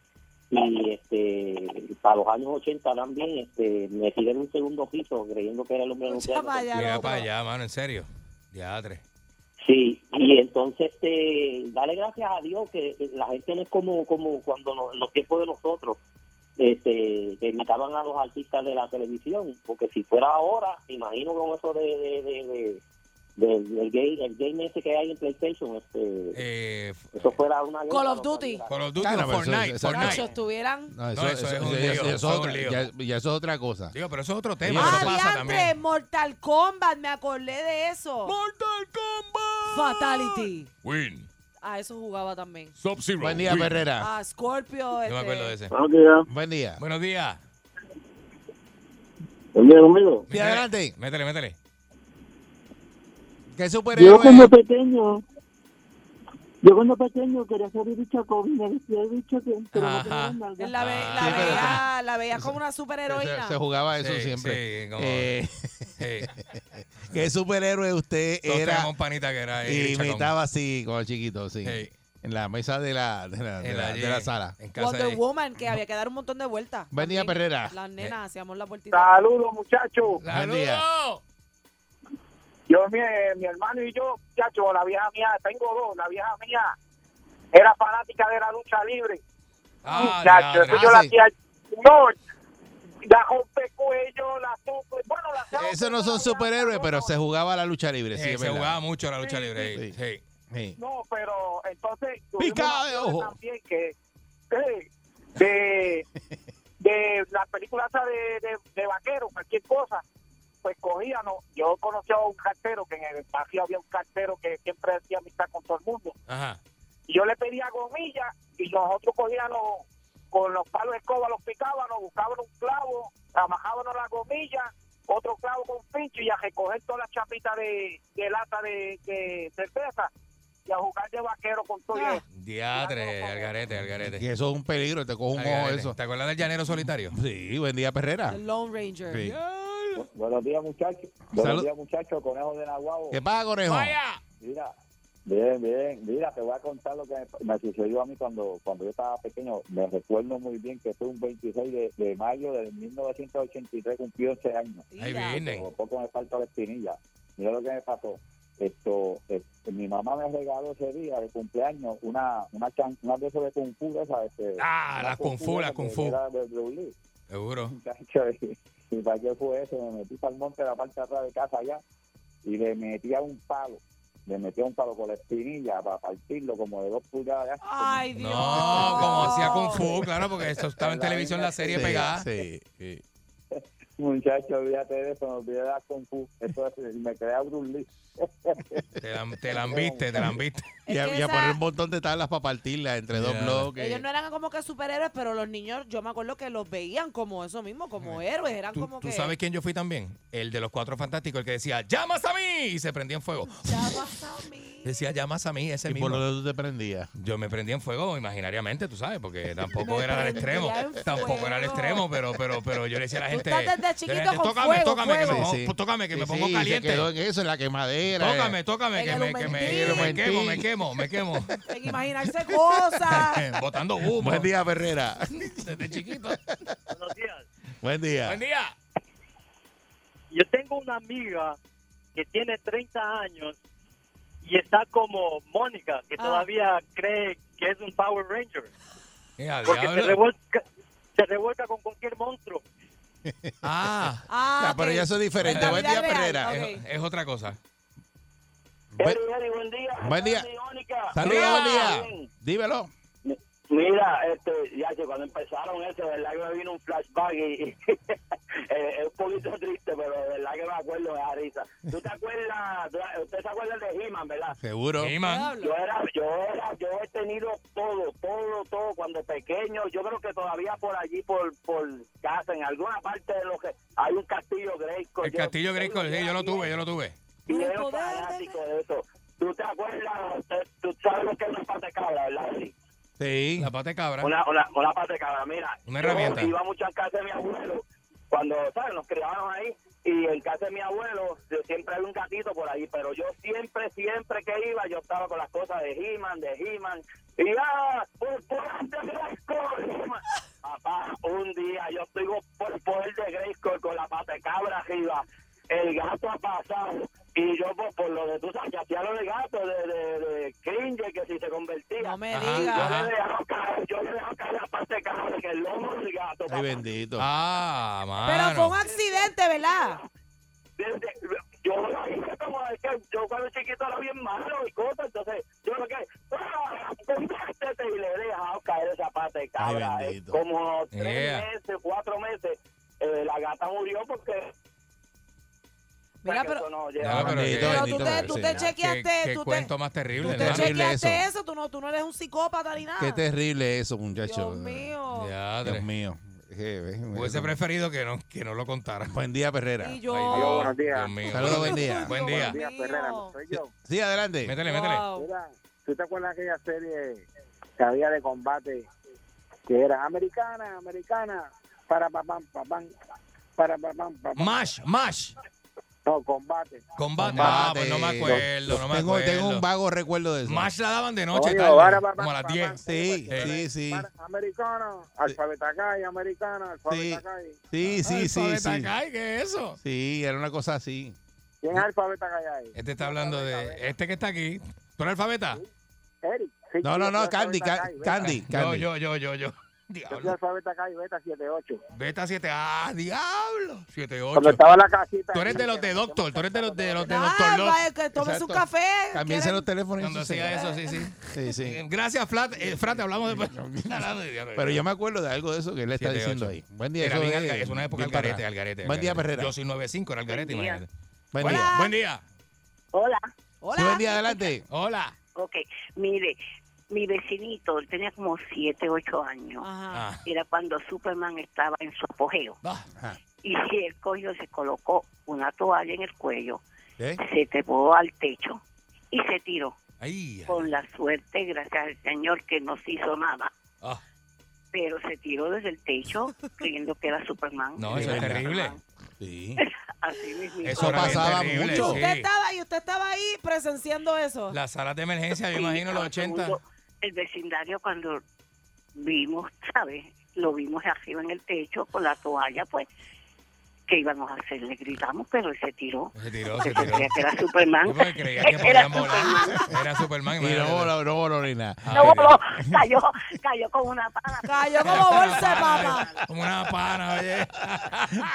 y este, para los años 80 también este, me tiré en un segundo piso creyendo que era el hombre nuclear.
Mira para allá, mano, Ah, en serio. Diadre.
Sí, y entonces este, dale gracias a Dios que que la gente no es como como cuando no- en los tiempos de nosotros este, que imitaban a los artistas de la televisión, porque si fuera ahora, me imagino con eso de, de, de- de- de- del game, el game ese que hay en PlayStation, este, eso fuera una
Call of Duty.
Call of
Duty, Ah, no, pero eso- Fortnite, eso- Fortnite.
Nacho, estuvieran.
No, eso,
No, eso
eso-
es un
eso- eso-
lío, eso
eso
es
es
un
otra-
lío.
ya- ya eso es otra cosa.
Digo, pero eso es otro tema.
Ah,
eso pasa también.
diantre, Mortal Kombat, me acordé de eso. Mortal Kombat. Fatality.
Win.
Ah, eso jugaba también.
Sub-Zero.
Buen día,
Win.
Perrera.
Ah, Scorpio. este,
Yo me acuerdo de ese.
Buenos
días.
Buen día.
Buenos días.
Buen día conmigo.
Métele, adelante. Métele, métele.
¿Qué
Yo
superhéroe?
cuando pequeño, yo cuando pequeño quería ser bicho COVID, me decía el bicho que pero no tenía nada.
En La,
Ah.
ve- la veía, la veía como una superheroína.
Se jugaba eso
Sí,
siempre.
sí, como-
Eh,
Sí.
*laughs* ¿Qué superhéroe usted
Todos
era?
teníamos un panita que era, eh,
y
Chacón.
imitaba así, como chiquito, sí.
Sí.
En la mesa de la, de la, de
En
la-
la-
de la sala.
en
Wonder Woman, que había que dar un montón de vueltas.
Buen día,
También.
Perrera. Eh.
Las nenas hacíamos la vueltita.
Saludos, muchachos.
Buen día.
Yo, mi, mi hermano y yo, muchachos, la vieja mía, tengo dos, la vieja mía era fanática de la lucha libre.
Ah,
Muchacho,
diadre.
eso yo la hacía. No, la rompecuello, la tupe, bueno, la
Esos no son superhéroes, pero se jugaba la lucha libre.
Eh,
Sí,
se
es verdad.
jugaba mucho la lucha libre. Sí.
Sí.
No, pero entonces. tuvimos
Picada de
opciones
ojo.
También que. que de, de la película esa de, de, de vaquero, cualquier cosa. Pues cogíamos. Yo conocí a un cartero que en el espacio había un cartero que siempre hacía amistad con todo el mundo.
Ajá.
Y yo le pedía gomilla y nosotros cogíamos con los palos de escoba, los picábamos, buscábamos un clavo, amajábamos la gomilla, otro clavo con pincho y a recoger todas las chapitas de, de lata de, de cerveza y a jugar de vaquero con todo y eso.
Diadre, Algarete, Algarete.
Que eso es un peligro, te cojo un ojo
Algarete.
eso.
¿Te acuerdas del llanero solitario?
Sí, buen día, Perrera.
El Lone Ranger.
Sí.
Buenos días, muchachos.
Salud.
Buenos días, muchachos. Conejo de Nahuabo.
¿Qué pasa, Conejo? Vaya.
Mira, bien, bien. Mira, te voy a contar lo que me, me sucedió a mí cuando, cuando yo estaba pequeño. Me recuerdo muy bien que fue un 26 de, de mayo de 1983, cumplí 11 años.
Ahí viene.
Por poco me faltó la espinilla. Mira lo que me pasó. Esto, eh, mi mamá me regaló ese día de cumpleaños una una, chan- una de esas de Kung Fu, este, ¿sabes?
Ah, las Kung Fu, las Kung Fu.
Era de Bruce Lee.
Seguro.
Muchacho, y- ¿Y para qué fue eso? Me metí para el monte de la parte de atrás de casa allá y le metía un palo. Le metía un palo con la espinilla para partirlo como de dos pulgadas. de ancho.
Ay, Dios.
No, como hacía Kung Fu, claro, porque eso estaba en televisión la serie
Sí,
pegada.
Sí, sí.
Muchacho, olvídate de eso, me olvidé de la Kung Fu. Eso es- me quedé a Bruce Lee.
Te la, te la viste, te la viste.
Y a, y a poner un montón de tablas para partirlas entre dos
Ya.
bloques.
Ellos no eran como que superhéroes, pero los niños, yo me acuerdo que los veían como eso mismo, como héroes. Eran
¿Tú,
como
tú
que.
sabes quién yo fui también? El de los cuatro fantásticos, el que decía, llamas a mí, y se prendía en fuego. Decía, llamas a mí, ese
¿Y
Este mismo.
por lo que tú te prendías?
Yo me prendía en fuego imaginariamente, tú sabes, porque
*laughs*
tampoco era al
prendía
extremo.
en
Tampoco era al extremo, pero, pero, pero yo le decía a la
Tú
gente.
estás desde
yo le
chiquito
decía,
con
tócame,
fuego,
tócame, que me
fuego".
pongo, pues tócame, que me
Sí,
pongo
sí,
caliente.
Se quedó en eso, en la quemadera.
Tócame,
eh.
tócame,
En
que
el
me, que me,
humectil.
me quemo, me quemo, me quemo.
*laughs*
*laughs*
En imaginarse cosas.
*laughs*
Botando humo.
Buen día, Perrera.
Desde chiquito.
*laughs* Buen día.
Buen día. Yo tengo una amiga que tiene 30 años y está como Mónica, que todavía cree que es un Power Ranger.
Mira,
Porque se
diablo.
revuelca, se revuelca con cualquier monstruo.
Ah,
Ah,
pero ya eso es diferente.
En la
Buen
vida
día,
real,
Perrera. Eh,
Es, es otra cosa.
Buen-
buen día.
Buen día.
Mónica.
Saludos,
Mira.
buen día. Dímelo.
Mira, este, ya que cuando empezaron eso, de verdad que me vino un flashback *laughs* y, y, eh, es un poquito triste, pero de verdad que me acuerdo de esa risa. ¿Tú te acuerdas? tú- ¿Usted se acuerda de He-Man, verdad?
Seguro.
He-Man.
Yo era, yo era, yo he tenido todo, todo, todo cuando pequeño. Yo creo que todavía por allí, por, por casa, en alguna parte de lo que hay un castillo Grayskull.
El
yo-
castillo Grayskull, sí, yo lo tuve, yo lo tuve.
y era fanático de eso. ¿Tú te acuerdas? Usted
Sí. La pata de cabra.
Una, una, una pata de cabra, mira.
Una
yo
herramienta.
Iba mucho en casa de mi abuelo, cuando, ¿sabes? Nos criábamos ahí, y en casa de mi abuelo de- siempre había un gatito por ahí, pero yo siempre, siempre que iba, yo estaba con las cosas de He-Man, de He-Man, y ¡ah! ¡Un poder de Grayskull! He-Man. Papá, un día yo estoy con por el poder de Grayskull con la pata de cabra arriba, el gato ha pasado, y yo pues, por, por lo de tú sabes, que hacía lo de gato, de, de, de cringe, que si se convertía. No me
Ajá, digas.
Yo
ajá.
le dejaba caer, yo le dejaba caer la pata de cabra, que el lomo del gato.
Ay, bendito.
Ah,
Pero
mano.
fue un accidente, ¿verdad?
yo la hice como es que yo cuando chiquito era bien malo y cosas, entonces yo lo que ¡ah! conviértete y le he dejado caer esa pata de cabra.
Ay,
eh.
bendito.
como tres
Yeah.
meses, cuatro meses, eh, la gata murió porque
Mira,
porque
pero-
eso no
No,
llega.
pero
bendito,
que-
tú
bendito, Pero
te- tú te
Qué-
chequeaste,
Qué,
tú te-
cuento más terrible.
Te
¿no?
chequeaste
eso.
eso, tú, no, tú no eres un psicópata ni nada.
Qué terrible eso, muchacho.
Dios mío.
Dios mío. Je, ve, ve.
Hubiese preferido que no, que no lo contara.
Buen día, Perrera.
Y yo-
Ay,
Aló,
Dios,
buenos
Dios mío.
Saludos, buen día.
Buen día.
Dios mío.
Ferrera, no soy yo.
Sí, adelante.
Métele, métele.
Mira, ¿tú te acuerdas de aquella serie que había de combate que era americana, americana, para papam, papam, para papam, papam?
Mash, mash.
No, combate.
Combate. Ah,
Combate.
pues no me acuerdo, no me
tengo,
acuerdo.
tengo un vago recuerdo de eso.
Mash la daban de noche,
Coño,
tarde,
ahora va-
como a las Eh, 10.
Sí, sí, sí.
Americana, alfabeta calle, americana, alfabeta calle.
Sí, sí, sí, sí.
¿Qué es eso?
Sí, era una cosa así.
¿Quién es alfabeta calle ahí?
Este está hablando de. Este que está aquí. ¿Tú eres alfabeta?
Eric. Sí,
No,
yo
no,
soy
no,
alfabeta
Candy, Ca-
calle, beta.
Candy, Candy.
Yo, yo, yo, *laughs* yo, yo.
Yo soy alfabeta calle, beta 78.
Beta 7. ¡Ah, diablo! 7, 8.
Cuando estaba la casita.
Tú eres de los de Doctor. Tú eres de los de los de
Ah,
Doctor Love.
vaya, que tome su
Exacto.
café.
Cámbiense los teléfonos. y
Cuando
eso se-
hacía eso, sí, sí.
Sí, sí.
Eh, Gracias, Flat. Eh, Frat, hablamos después.
Pero yo me acuerdo de algo de eso que él está
Siete,
diciendo
ocho.
ahí. Buen día.
Era
eso
bien
es-
alga- es una época
bien para
algarete,
atrás.
algarete.
Buen día,
algarete.
Perrera.
Yo soy 9'5, era algarete,
Buen día.
imagínate.
Buen
Hola.
día.
Buen día.
Hola.
Sí, buen día, adelante.
Hola.
Ok, mire, mi vecinito, él tenía como 7, 8 años.
Ah.
Ajá.
Era cuando Superman estaba en su apogeo.
Ah.
Y *laughs* si él cogió, se colocó una toalla en el cuello,
¿Eh?
se trepó al techo y se tiró.
Ahí.
Con la suerte, gracias al Señor, que no se hizo nada.
Ah.
Pero se tiró desde el techo creyendo que era Superman.
No, eso es
Era
terrible.
Superman.
Sí.
Así mismo.
Eso
Eso
era bien
pasaba
terrible,
mucho.
sí.
Usted estaba, y usted estaba ahí presenciando eso.
Las salas de emergencia, yo
Sí,
imagino, los
a todo el
80.
mundo, El vecindario cuando vimos, ¿sabes? Lo vimos arriba en el techo con la toalla, pues, ¿qué íbamos a hacer? Le gritamos, pero él se tiró.
Se tiró,
Porque
se tiró.
creía que era Superman. *laughs*
*laughs* Yo porque creía que
Era
podían volar.
Superman.
Era Superman. Ah,
Y no voló, no voló ni nada.
No, voló, cayó, cayó con una pala.
Cayó como bolsa de
papa.
papa.
Como una pana, oye.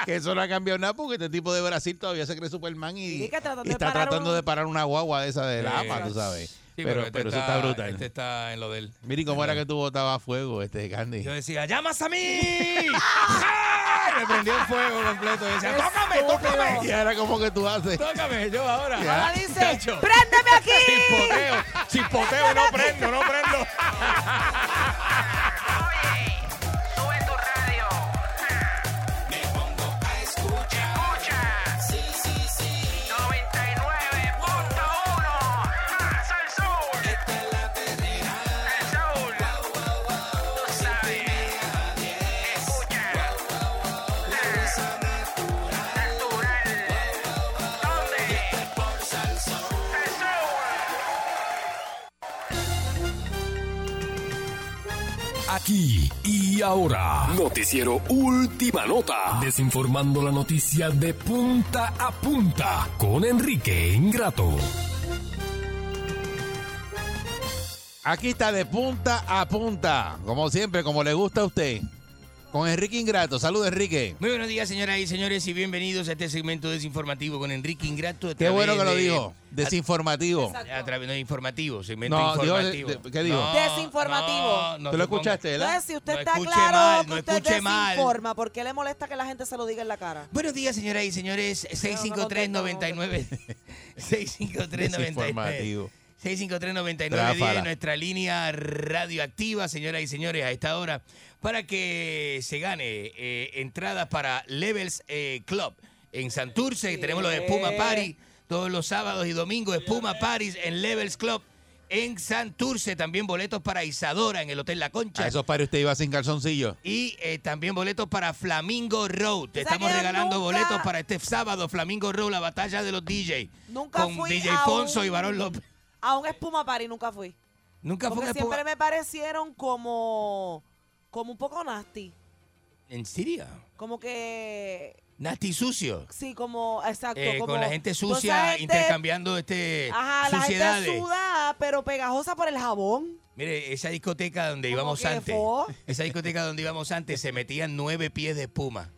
que eso no ha cambiado nada porque este tipo de Brasil todavía se cree Superman y,
Y que tratando
y
de
está
parar
tratando
un-
de parar una guagua de esa de la
Sí.
APA, tú sabes.
Sí,
pero
este
pero eso está brutal.
Este está en lo del.
Miren cómo era que tú botabas fuego, este Candy.
Yo decía, ¡llamas a mí! ¡Ah! Me prendió el fuego completo. Yo decía, *laughs* ¡tócame,
Y
tócame!
era como que tú haces.
¡Tócame! Yo ahora. *laughs*
Ahora dice,
Chacho.
¡préndeme
*laughs*
aquí!
Chispoteo, chispoteo, no prendo, no prendo.
Me pongo a escuchar. Sí, sí, sí.
99.1 Más el sol. El sol. Tú sabes. Escucha. Natural. ¿Dónde? El sol.
Aquí y ahora, noticiero Última Nota, desinformando la noticia de punta a punta con Enrique Ingrato.
Aquí está de punta a punta, como siempre, como le gusta a usted. Con Enrique Ingrato. Saludos, Enrique.
Muy buenos días, señoras y señores, y bienvenidos a este segmento desinformativo con Enrique Ingrato. a
Qué
través
bueno que lo
de-
dijo. Desinformativo.
A, a través de informativo, segmento
No, digo de-
informativo.
de- ¿qué digo?
Desinformativo.
¿Tú lo escuchaste, ¿verdad?
Entonces, si usted
No
está
escuche
claro
mal,
que
no
usted
escuche mal.
desinforma, ¿por qué le molesta que la gente se lo diga en la cara?
Buenos días, señoras y señores. 653-99. *laughs* 653-99.
Desinformativo.
653-9910
Tráfala.
nuestra línea radioactiva, señoras y señores, a esta hora, para que se gane eh, entradas para Levels eh, Club en Santurce. Tenemos los Espuma Party todos los sábados y domingos, Espuma Party en Levels Club. en Santurce. También boletos para Isadora en el Hotel La Concha.
A esos pares usted iba sin calzoncillo.
Y eh, también boletos para Flamingo Road. Te estamos regalando boletos para este sábado, Flamingo Road, la batalla de los DJ.
Nunca
con
fui
DJ
a
Fonso
un-
y Barón López.
A un espuma party nunca fui.
Nunca fue
Porque
una
siempre
espuma-
me parecieron como, como un poco nasty.
¿En Siria?
Como que,
Nasty sucio.
sí, como, exacto.
Eh,
como,
con la gente
toda esa
sucia
gente-
intercambiando este
Ajá, la
suciedades.
gente suda, pero pegajosa por el jabón.
Mire, esa discoteca donde íbamos
que
antes,
fo?
esa discoteca donde íbamos antes, se metían nueve pies de espuma.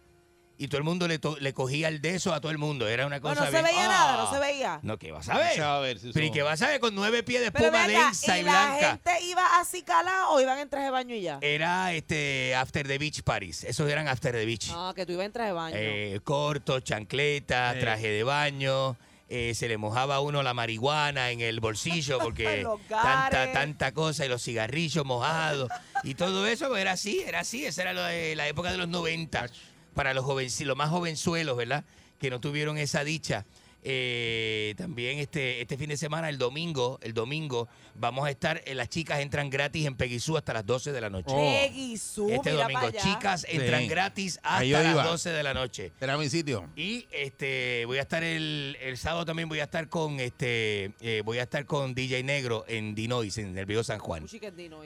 Y todo el mundo le, to- le cogía el de eso a todo el mundo. Era una
Bueno, no
cosa
se
bien-
veía
¡Ah!
nada, no se veía.
No, ¿qué vas a ver?
Se va a ver, sí,
Pero ¿y
son-
qué vas a ver con nueve pies de
Pero
espuma
ven acá,
densa y,
¿y la
blanca? Eh,
gente iba así calada o iban en traje de baño y ya?
Era este After the Beach Paris. Esos eran After the Beach.
Ah, que tú ibas en traje de baño.
Eh, corto, chancleta, traje de baño. eh, se le mojaba a uno la marihuana en el bolsillo porque
Los
tanta,
gares.
tanta cosa y los cigarrillos mojados y todo eso pues, era así, era así. Esa era lo de la época de los 90 para los, joven, los más jovenzuelos, ¿verdad? Que no tuvieron esa dicha. Eh, también este, este fin de semana, el domingo, el domingo, vamos a estar, eh, las chicas entran gratis en Peguizú hasta las 12 de la noche.
Peguizú,
Este
mira
domingo,
para allá.
chicas entran
Sí.
gratis
Ahí
hasta
yo
las
iba.
12 de la noche.
Era mi sitio.
Y este voy a estar el, el sábado también voy a estar con este eh, voy a estar con DJ Negro en Dinois en el Río San Juan.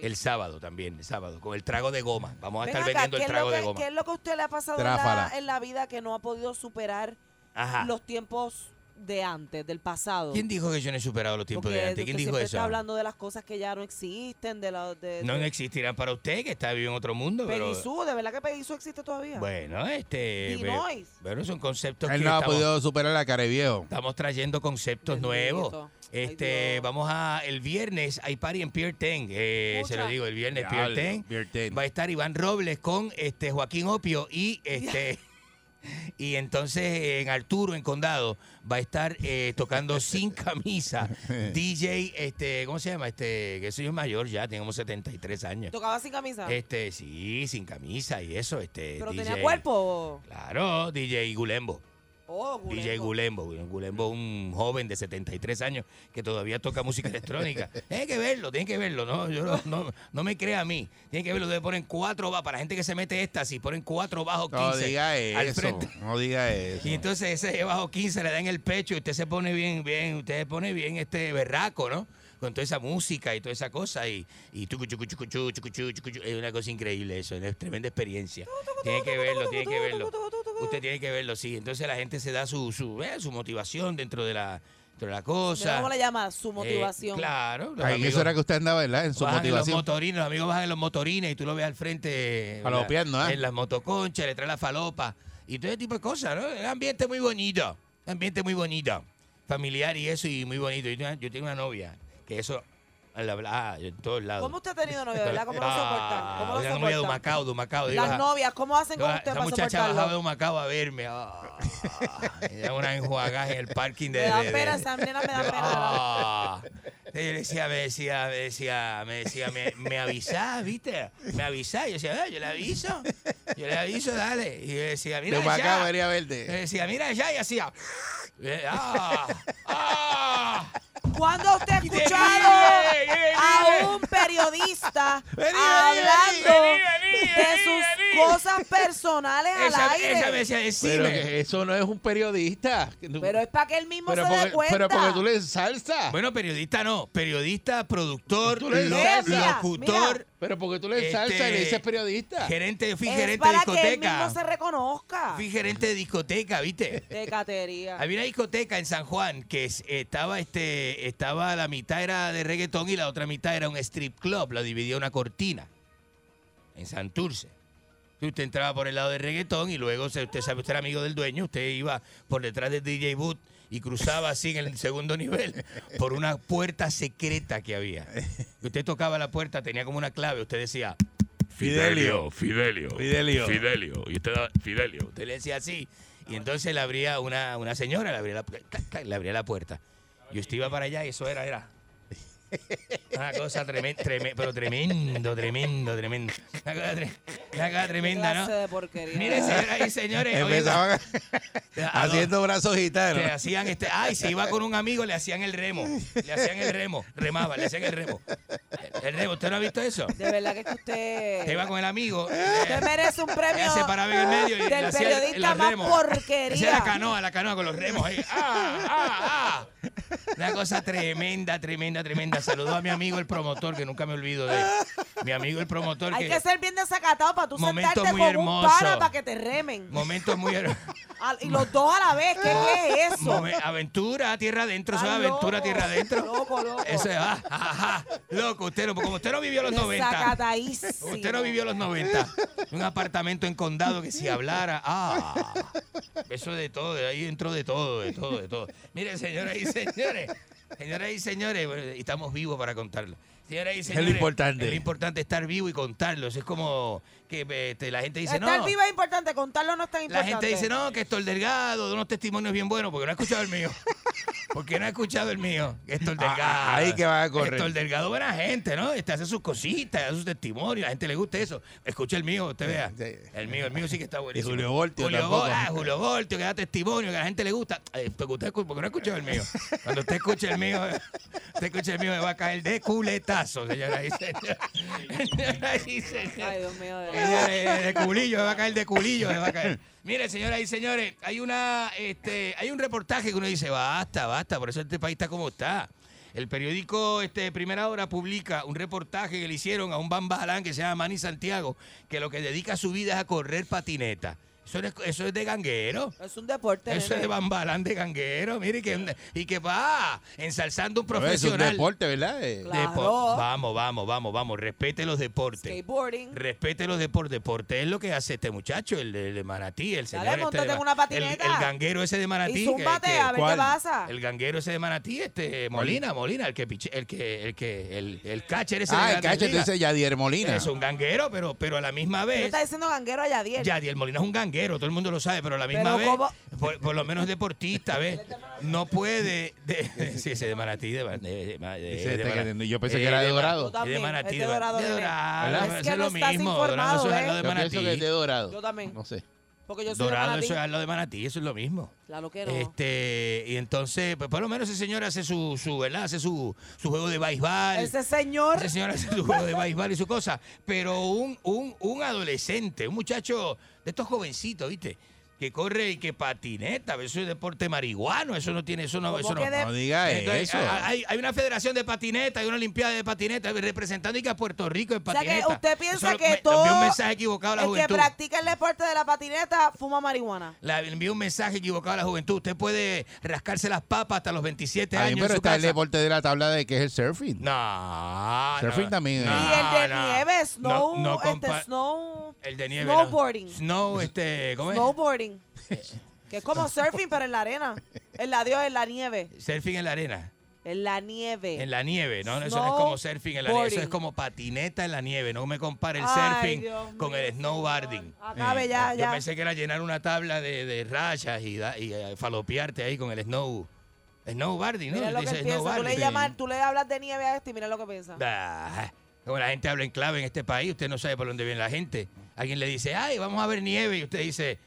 El sábado también, el sábado con el trago de goma. Vamos a
Ven
estar
acá,
vendiendo
¿qué
el
es lo
trago
que-
de goma.
¿Qué es lo que a usted le ha pasado en la,
Tráfala.
en la vida que no ha podido superar
Ajá.
los tiempos de antes, del pasado?
¿Quién dijo que yo no he superado los tiempos
Porque
de antes? ¿Quién
usted
dijo
siempre
eso?
está hablando de las cosas que ya no existen, de la de,
No,
de-
no existirán para usted que está viviendo en otro mundo, pero
Peguizú, de verdad que Peguizú existe todavía.
bueno, este pero-
Dinois.
pero son conceptos
Él
que
no ha
estamos-
podido superar la Careviejo.
Estamos trayendo conceptos nuevos. Este, vamos a el viernes hay party en Pier 10, eh, se lo digo, el viernes Pier
Diablo,
10. Va a estar Iván Robles con este Joaquín Opio y este *laughs* y entonces eh, en Arturo en Condado va a estar eh,
*laughs*
tocando sin camisa DJ este, ¿cómo se llama? Este, que soy mayor ya, tengo como 73 años.
¿Tocaba sin camisa?
Este, sí, sin camisa y eso, este
¿Pero
DJ,
tenía cuerpo?
Claro, DJ Gulembo.
Oh,
DJ Gulembo. Gulembo, un joven de 73 años que todavía toca
*laughs*
música electrónica. tienen que verlo, tienen que verlo. No, yo no, no, no me crea a mí. Tienen que verlo. Ustedes ponen cuatro bajos. Para la gente que se mete éxtasis, ponen cuatro bajos 15
No diga
al
eso.
frente.
No diga eso.
Y entonces ese bajo 15 le da en el pecho y usted se pone bien, bien, usted se pone bien este berraco, ¿no? Con toda esa música y toda esa cosa y, y tucu, chucu, chucu, chu, chucu, chu, chucu, chu. es una cosa increíble eso, es tremenda experiencia. Tiene que verlo, tiene que verlo. Usted tiene que verlo, sí. Entonces la gente se da su, su, eh, su motivación dentro de la, dentro de la
Mira
cosa.
¿Cómo le llama? Su
Eh,
motivación.
claro. los
Ahí
amigos-
eso era que usted andaba, ¿verdad? En su
bajan en los
motivación.
motorines, los amigos bajan en los motorines y tú lo ves al frente. eh,
Falopeando,
en la-
¿eh?
En las motoconchas, le trae la falopa y todo ese tipo de cosas, ¿no? Un ambiente muy bonito, un ambiente muy bonito, familiar y eso, y muy bonito. Yo, tengo- yo tengo una novia que eso, a la- ah, en todos lados.
¿Cómo usted ha tenido novia, verdad? ¿Cómo lo soportan?
Ah,
¿Cómo lo
una novia de
soportan?
Humacao, de Humacao. iba
Las
a-
novias, ¿cómo hacen con
Toda-
usted
esa
para
muchacha bajaba de
soportarlo?
Humacao a verme. ah, *laughs* era una enjuagada en el parking de...
Me da
de- de-
pena, esa nena me da
Ah. Y yo decía, me decía, me decía, me decía, me, me avisás, ¿viste? Me avisás. Yo decía, ah, yo le aviso. Yo le aviso, dale. Y yo decía, mira Eh,
De Humacao
allá.
venía a verte.
Yo decía, mira allá. Y hacía... ah.
¿Cuándo
*laughs*
usted ha
te
escuchado
vive, vive, vive.
a un
*laughs*
periodista
Vení,
hablando
vení,
de sus cosas personales al
Esa-
aire?
esa me
decía,
Pero que eso no es un periodista. Que tú-
Pero es para que él mismo
Pero
se dé
porque-
cuenta.
pero porque tú le ensalzas.
Bueno, periodista no. Periodista, productor,
Tú le
lo-
ensalzas.
locutor.
Pero porque tú le ensalzas y le
Este,
dices periodista.
Gerente, fui
es
gerente de
para que él
discoteca.
mismo se reconozca.
Fui gerente de discoteca, ¿viste?
De catería.
Había una discoteca en San Juan que es- estaba este estaba la mitad era de reggaetón y la otra mitad era un strip club, la dividía una cortina en Santurce. Entonces usted entraba por el lado de reggaetón y luego se- usted sabe usted era amigo del dueño, usted iba por detrás del DJ Boot y cruzaba así en el segundo nivel por una puerta secreta que había. Usted tocaba la puerta, tenía como una clave, usted decía
Fidelio,
Fidelio,
Fidelio.
Fidelio. Y usted daba, Fidelio. Usted le decía así. Y entonces le abría una, una señora, le abría, la, pu- clac, clac, le abría la puerta. Y usted iba para allá y eso era, era. Una cosa tremenda, pero tremendo, tremendo, tremendo. Una cosa tre- Caga tremenda, ¿no?
clase de porquería.
Mire, señoras y señores, oye,
Empezaban *laughs* haciendo brazos
te
gitanos.
hacían este, ay, se iba con un amigo, le hacían el remo, le hacían el remo, remaba, le hacían el remo. El, el remo, ¿usted no ha visto eso?
De verdad que es que usted.
Te iba con el amigo,
Usted merece un premio.
se paraba en el medio y le
del
hacía el-
periodista
los
más
remos. Esa
porquería.
era la canoa, la canoa con los remos ahí. ¡Ah, ah, ah! Una cosa tremenda, tremenda, tremenda. Saludó a mi amigo el promotor, que nunca me olvido de él. Mi amigo el promotor.
Hay
que-
que ser bien desacatado para tú
Momento
sentarte
muy
con
hermoso.
un pana para que te remen.
Momentos muy her-
Al- y los dos a la vez. ¿Qué, qué es eso?
Momen- Aventura, tierra adentro, eso es aventura, tierra adentro.
Loco, loco.
Eso es, ah, ah, ah, loco, usted no, como usted no vivió los 90.
Desacatadísimo.
Usted no vivió los 90. Un apartamento en condado que si hablara, ah, eso de todo, de ahí entró de todo, de todo, de todo. Miren, señoras y señores, señoras y señores, bueno, y estamos vivos para contarlo. Señoras y
lo
señores,
importante.
Es lo importante estar vivo y contarlo. Eso es como que este, la gente dice,
Estar
no.
viva es importante, contarlo no es tan
La
importante.
gente dice, no, que Héctor Delgado, de unos testimonios bien buenos, porque no ha escuchado
*laughs*
el mío. Porque no ha escuchado el mío, Héctor Delgado.
ah, ahí que van a correr.
Héctor Delgado, buena gente, ¿no? Este hace sus cositas, hace sus testimonios, la gente le gusta eso. Escucha el mío, usted vea. El mío, el mío sí que está buenísimo.
Y Julio Voltio
Julio,
tampoco.
Vol- ah, Julio Voltio, que da testimonio, que a la gente le gusta. Eh, porque usted escu- porque no ha escuchado el mío. Cuando usted escuche el mío, eh, usted escuche el mío, le va a caer de culetazo, señora y señor.
*laughs*
Señoras y señores.
Ay, Dios mío. de verdad.
Eh, de culillo, me va a caer de culillo, me va a caer. Mire, señoras y señores, hay una este, hay un reportaje que uno dice, basta, basta, por eso este país está como está. El periódico este, Primera Hora publica un reportaje que le hicieron a un bambalán que se llama Manny Santiago, que lo que dedica su vida es a correr patineta. Eso es, eso es de ganguero.
Es un deporte.
Eso es de
nene.
bambalán de ganguero. Mire, que, y que va ensalzando un
Pero Es un
profesional.
deporte, ¿verdad? Eh,
Depo- Vamos, vamos, vamos, vamos. Respete los deportes.
Skateboarding.
Respete los deportes. Deporte es lo que hace este muchacho, el de, el de Manatí, el señor.
Dale,
este
móntate
de
en
Ma-
una
el-
patineta.
El, ganguero ese de Manatí.
Y zúmbate, a ver qué
¿Cuál?
pasa.
El ganguero ese de Manatí, este Molina, Molina, el que piche- el que, el que, el, el catcher ese
Ah,
de
el
Grandes
cacho, tú
Ligas.
dices Yadier Molina.
Es un ganguero, pero, pero a la misma
Tú
vez.
estás diciendo ganguero a Yadier.
Yadiel Molina es un ganguero, todo el mundo lo sabe, pero a la misma
Pero
vez,
¿cómo?
por, por lo menos deportista, ¿ves? No puede. de- *laughs* sí, ese de Manatí, de, de- de- de-
Ese
de
que-
Manatí.
yo pensé que
Eh,
era de
Ma-
Dorado.
Yo
es De
también,
Manatí,
es
de
de Dorado,
Dorado.
nene.
De Dorado,
¿Verdad?
eso
Es que
es lo
no estás
mismo. Dorado
informado,
eso es al lado de
Yo pienso que es de
Manatí. Este
Dorado.
Yo también.
No sé.
Porque yo soy de
Dorado,
Manatí.
eso es al lado de Manatí, eso es lo mismo.
Claro que no.
Este, y entonces, pues por lo menos ese señor hace su, su ¿verdad? Hace su, su juego de béisbol.
Ese señor.
Ese señor hace su juego de béisbol y su cosa. Pero un, un, un adolescente, un muchacho de estos jovencitos, ¿viste? Que corre y que patineta, eso es deporte marihuano, eso no tiene, eso no,
¿Cómo
eso no.
que de- No diga eso.
Hay, hay una federación de patineta, hay una olimpiada de patineta, representando y que a Puerto Rico en
O sea
patineta.
que usted
Eso
piensa
lo-
que
me-
todo
envió un mensaje equivocado a la
el que
juventud.
practica el deporte de la patineta fuma marihuana.
La envió un mensaje equivocado a la juventud. Usted puede rascarse las papas hasta los 27
Ahí,
años.
pero
en su
está el
casa.
deporte de la tabla de que es el surfing.
No.
Surfing también.
no,
eh.
y el de
no.
nieve, snow,
No, no compa-
este snow,
El de nieve. no.
snowboarding,
Snow, este, ¿cómo es? *laughs*
snowboarding, que es como surfing pero en la arena, en la dios en la nieve,
Surfing en la arena.
en la nieve.
En la nieve, ¿no? Eso no es como surfing en la nieve, eso es
Snowboarding.
como patineta en la nieve. No me compare el
Ay,
surfing
Dios
con el snowboarding. Eh,
Acabe ya,
Yo
ya.
pensé que era llenar una tabla de, de rayas y, da- y, eh, falopearte ahí con el snow. Snowboarding, ¿no?
Mira lo que
Dice
piensa, tú le,
snowboarding.
llamas, tú le hablas de nieve a este y mira lo que piensa.
Ah, como la gente habla en clave en este país, usted no sabe por dónde viene la gente. Alguien le dice, ay, vamos a ver nieve, y usted dice,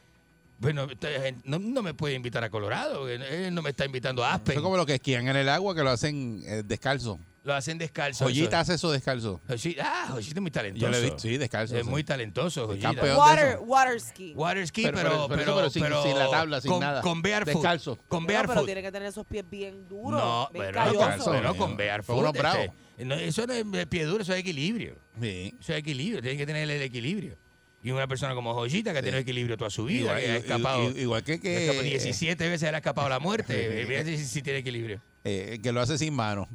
bueno, usted, eh, no, no me puede invitar a Colorado, eh, él no me está invitando a
Eso
Aspen.
es como los que esquían en el agua que lo hacen eh, descalzo.
Lo hacen descalzo.
Joyita
eso
hace eso descalzo.
es. Joyita- ah, Joyita es muy talentoso.
Yo lo he visto, sí, descalzo,
Es
sí.
muy talentoso, Joyita.
campeón de
Water, water ski.
Water ski, pero,
Pero-
pero,
pero- pero eso, pero sin- sin la tabla, sin
con,
nada.
Con barefoot.
Descalzo.
Con
Bueno, pero
barefoot.
tiene que tener esos pies bien duros.
No,
bien
pero no,
callosos.
con, pero con barefoot,
Son unos
este,
bravos.
no, eso no es pie duro, eso es equilibrio.
Sí.
Eso es equilibrio, tiene que tener el equilibrio. Y una persona como Joyita que ha tenido equilibrio toda su
Igual-
vida, que ha
i-
escapado.
i- igual que- que-
ha escapado 17 veces le ha escapado
*laughs*
la muerte. Mira si, si tiene equilibrio.
Eh, el que lo hace sin mano.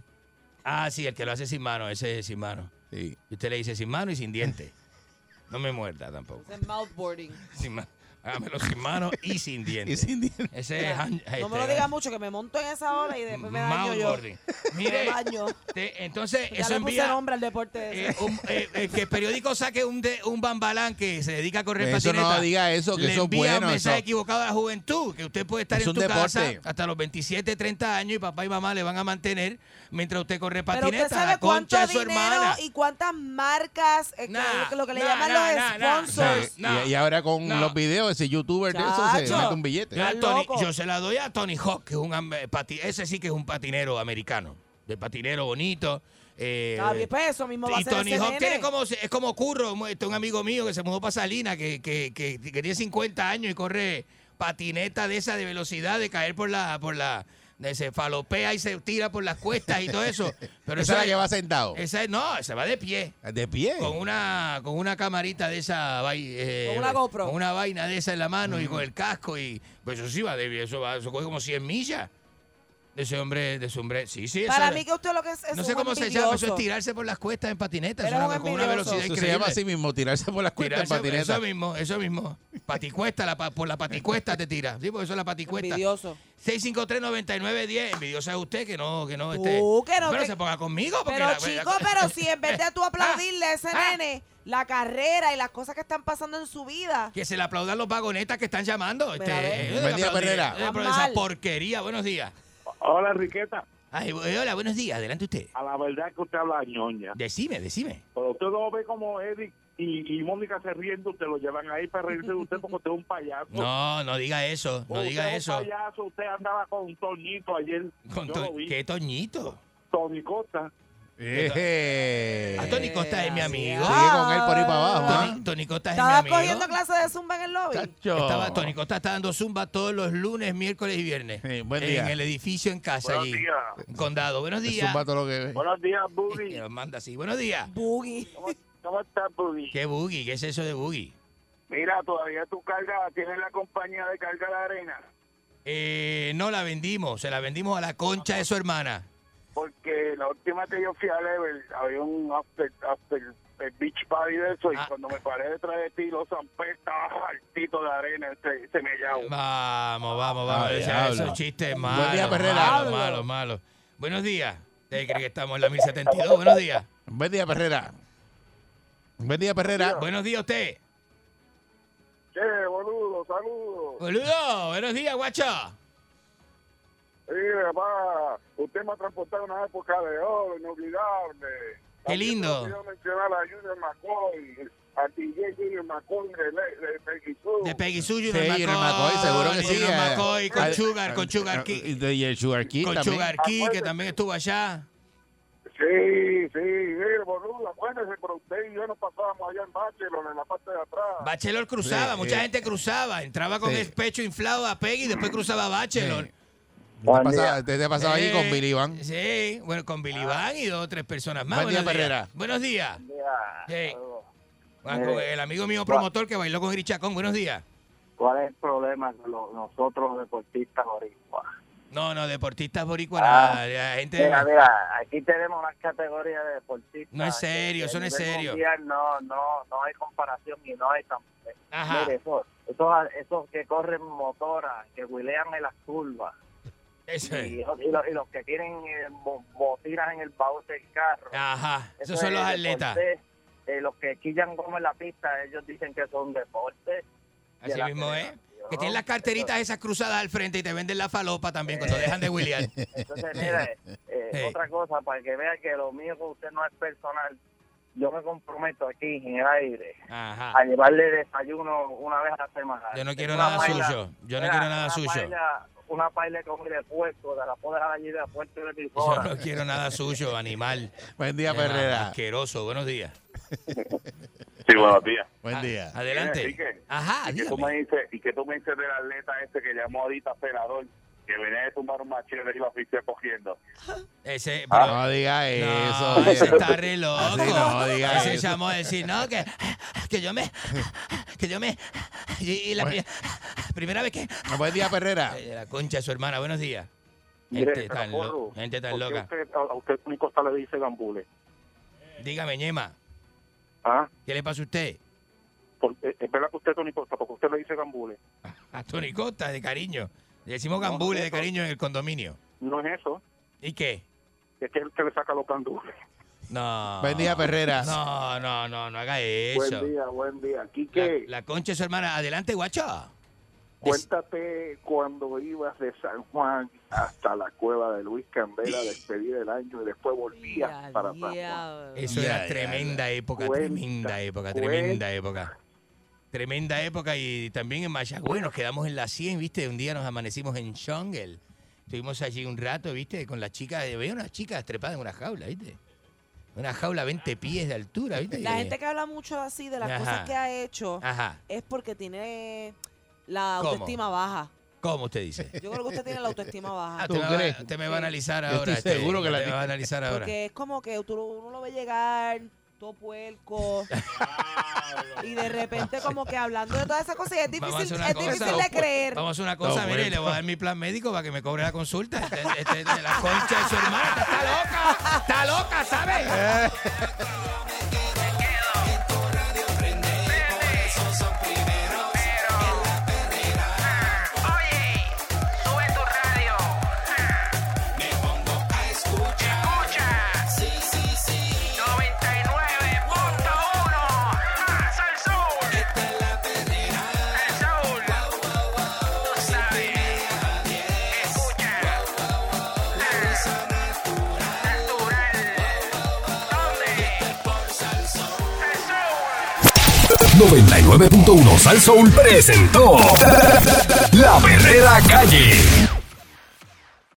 Ah, sí, el que lo hace sin mano, ese es sin mano.
*laughs*
Y usted le dice sin mano y sin diente. No me muerda tampoco. *laughs*
Ese es mouthboarding.
Sin ma- Hágamelo sin manos
*laughs*
y sin dientes. y sin dientes. Ese es Han-
No me
este,
lo digas mucho, que me monto en esa ola y después me daño
Mount
yo.
Gordon.
*laughs*
Mire,
me daño.
te- entonces
Ya
eso
le puse
envía
nombre al deporte.
eh,
ese.
un- eh, eh, que el periódico saque un de, un bambalán que se dedica a correr
Eso no
patineta.
diga eso, que
Le
eso es
envía
bueno,
un mensaje
eso-
equivocado a la juventud, que usted puede estar
Es
en
un
tu casa
deporte.
hasta los 27, 30 años y papá y mamá le van a mantener mientras usted corre
Pero
patineta.
usted
la
sabe cuánto
concha de su
dinero
hermana.
y cuántas marcas, eh, lo que- lo que le llaman los sponsors.
Sí, Eh, y, y ahora con los videos, ese youtuber de eso se
Pues, Chacho.
mete un billete.
Yo, a Tony- yo se la doy a Tony Hawk, que es un am- eh, pati- ese sí que es un patinero americano, de patinero bonito. eh,
Está bien, pues eso mismo va a
y
ser
Tony
ese
Hawk
nene.
tiene como, es como Curro, mu- este, un amigo mío que se mudó para Salinas, que, que, que, que tiene 50 años y corre patineta de esa de velocidad, de caer por la... Por la de- se falopea y se tira por las cuestas y
*laughs*
todo eso. Pero
Esa es la que va
a
sentado.
Esa, es- no, se va de pie.
¿De pie?
Con una, con una camarita de esa vai- eh,
Con una GoPro.
con una vaina de esa en la mano y con el casco y pues eso sí va de eso va, eso coge como 100 millas. De ese hombre, de ese hombre, sí, sí. esa
Para
era-
mí que usted lo que es, es
no sé
un
cómo se llama, eso es
envidioso.
tirarse por las cuestas en patineta,
Eres
eso es
un
una- con una
envidioso.
velocidad
Eso
increíble.
se llama así mismo, tirarse por las cuentas en
Tirarse-
patineta.
Eso mismo, eso mismo. Paticuesta, la pa- por la paticuesta te tira. Sí, porque eso es la paticuesta.
Envidioso.
653-9910. Envidioso es usted que no, que no
Tú,
esté.
que no
pero
te-
se ponga conmigo. Porque
Pero
la- Ah,
chico, pero si en vez de
*laughs*
tú aplaudirle a ese nene la carrera y las cosas que están pasando en su vida,
Que se le aplaudan los vagonetas que están llamando. Este, eh,
Buen
eh,
día,
aplaudir-
Perrera.
eh, pero Esa porquería, buenos días.
Hola, Enriqueta.
Ay, bu- eh, hola, buenos días, adelante usted.
A la verdad es que usted habla ñoña.
Decime, decime.
Pero usted no ve como Eric y, y Mónica se riendo, usted lo llevan ahí para reírse de usted porque usted es un payaso.
No, no diga eso, no
Usted
diga
es
eso.
un payaso, usted andaba con un toñito ayer.
Con
yo
to-
lo vi.
¿Qué toñito?
Tony Costa.
Eh.
Ah, Tony Costa es mi amigo.
Sigue con él por ahí para abajo. ¿eh?
Tony, Tony Costa es mi
estabas
amigo.
Ah. cogiendo clases de zumba en el lobby.
Estaba,
Oh.
Tony Costa está dando zumba todos los lunes, miércoles y viernes.
buen día.
En el edificio en casa
Buenos
allí.
días.
En condado. Buenos días.
Zumba todo lo que ve.
Buenos días, Boogie. Que nos manda así. Buenos días.
Boogie.
¿Cómo, cómo estás, Boogie?
¿Qué Boogie? ¿Qué es eso de Boogie?
Mira, todavía tú cargas, tienes la compañía de carga de arena.
Eh, no la vendimos, se la vendimos a la concha de su hermana.
Porque la última que yo fui a Level había un after, after el beach party de eso y
Ah.
cuando me paré detrás de ti, los zampés estaba hartito de arena, se, se me llama.
Vamos, vamos, vamos.
Ah,
O sea,
diablo.
esos chistes
Buen
malos.
día, Perrera.
Malos, malos, malos. Buenos días. ¿Ustedes creen que estamos en la 1072? Buenos días.
Buen día, Perrera. Buen día, Perrera.
Buenos días a usted.
Che, boludo, saludos.
Boludo, buenos días, guacho.
Mire, va, usted me ha transportado a una época de oro, inolvidable.
Qué lindo.
Quiero mencionar a Junior McCoy, a TJ Junior McCoy de, Le- de Peggy Sue.
De Peggy Sue, Junior
Sí, Junior McCoy, seguro que sí.
Junior
eh.
McCoy, con
Ah,
Sugar, con
ah,
Sugar Key.
Y de- y el Sugar Key
Con
también.
Sugar Key, que también estuvo allá.
Sí, sí, mire, boludo, acuérdese, pero usted y yo nos pasábamos allá en Bachelor, en la parte de atrás.
Bachelor cruzaba,
Sí,
mucha
sí.
gente cruzaba. Entraba con
Sí.
el pecho inflado a Peggy y después cruzaba a Bachelor.
Te pasaba- Te te pasaba allí con
Eh,
Billy Van.
Sí, bueno, con
Ah.
Billy Van y dos o tres personas más.
Buen día,
Buenos
Perrera.
Buenos días. Sí. Ah, con
Eh,
el amigo mío promotor que bailó con Iri Chacón. Buenos días.
¿Cuál es el problema de lo- nosotros los deportistas boricuas?
No, no, deportistas boricuas,
Ah,
nada, la gente...
Mira, mira, aquí tenemos una categoría de deportistas.
No es serio,
que
eso no
a
es
nivel
serio.
mundial no, no, no hay comparación y no hay tampoco.
Ajá.
Mire, esos, esos, esos que corren motoras, que huilean en las curvas.
Eso es.
Y, y los, y los que tienen eh, bo- botinas en el baúl del carro.
Ah, Ajá,
Eso
esos son
es
los
deporte.
atletas.
Eh, los que chillan como en la pista, ellos dicen que son deportes. de
Así
la
mismo es. Que
¿no?
tienen las carteritas esas cruzadas al frente y te venden la falopa también cuando dejan de
*laughs*
William.
Entonces, mira, eh,
Hey.
otra cosa, para que vea que lo mío con usted no es personal, yo me comprometo aquí en el aire
Ajá.
a llevarle desayuno una vez a la semana.
Yo no quiero
Una
nada
paila-
sucio. Yo no
mira,
quiero nada
una
sucio.
paila- una paila de comida de puerco, de la puedo dejar allí de puerto de
Yo
emisora.
no quiero nada sucio, animal.
Buen día,
Qué nada,
Perrera.
Asqueroso, buenos días.
Sí,
buenos días.
Buen día.
Sí,
Ah, Adelante.
que-
Ajá,
y que, tú me dices, y que tú me dices del atleta ese que llamó ahorita senador, que venía de tumbar un machete y lo asfixié cogiendo.
Ese,
Ah,
pero-
no diga eso.
No, ese
oye.
está re loco.
Así no diga
ese
eso.
llamó a decir, no, que, que yo me. Que yo me. Y, y la pri- primera vez que.
Buen día, Perrera.
Eh, La concha de su hermana, buenos días.
Mire,
Gente tan, lo-
Socorro,
gente tan
¿por qué
loca.
usted- a a usted Tony Costa le dice gambule.
Dígame, ñema.
¿Ah?
¿Qué le pasa a usted?
por- eh, es verdad que usted es Tony Costa, porque usted le dice gambule.
A Tony Costa, de cariño. Le decimos gambule de cariño en el condominio.
No es eso.
¿Y qué?
Es que es el que le saca los gandules.
No.
Buen día, Perrera.
No, no, no, no haga eso.
Buen día, buen día.
La,
Quique,
la concha de su hermana. Adelante, guacho.
cuéntate cuando ibas de San Juan hasta la cueva de Luis Candela, despedir el año y después volvías para San Juan.
Eso era tremenda época, tremenda época, tremenda época. Tremenda época y también en Mayagüez nos quedamos en la 100, ¿viste? Un día nos amanecimos en Shangel. Estuvimos allí un rato, ¿viste? Con las chicas, veía unas chicas trepadas en una jaula, ¿viste? Una jaula a 20 pies de altura, ¿viste?
La gente que habla mucho así de las
Ajá.
cosas que ha hecho
Ajá.
es porque tiene la
¿Cómo?
autoestima baja.
¿Cómo
*laughs*
usted dice?
Yo creo que usted tiene la
*laughs*
autoestima
Ah,
baja.
usted, me va, usted me va a analizar ahora.
estoy
este,
seguro que la
usted me va a
tiene.
analizar ahora.
Porque es como que tú lo- uno lo ve llegar, todo
*laughs*
puerco. y de repente como que hablando de todas esas cosas y es
Vamos a
difícil,
hacer una
es
cosa.
difícil de creer.
Vamos a hacer una cosa,
No,
mire,
bueno.
le voy a dar mi plan médico para que me cobre la consulta. Este, este- este- la concha de su hermana está loca, está loca, ¿sabes?
Esos son primeros en la perrera. Oye, sube tu radio. Me pongo a escuchar. Escucha. Sí, sí, sí. 99.1. Más al sol. Esta es la perrera. El sol. Wow, wow, wow. Tú sabes. Escucha.
*laughs*
Natural.
99.1 Sal Soul presentó La Verdadera Calle.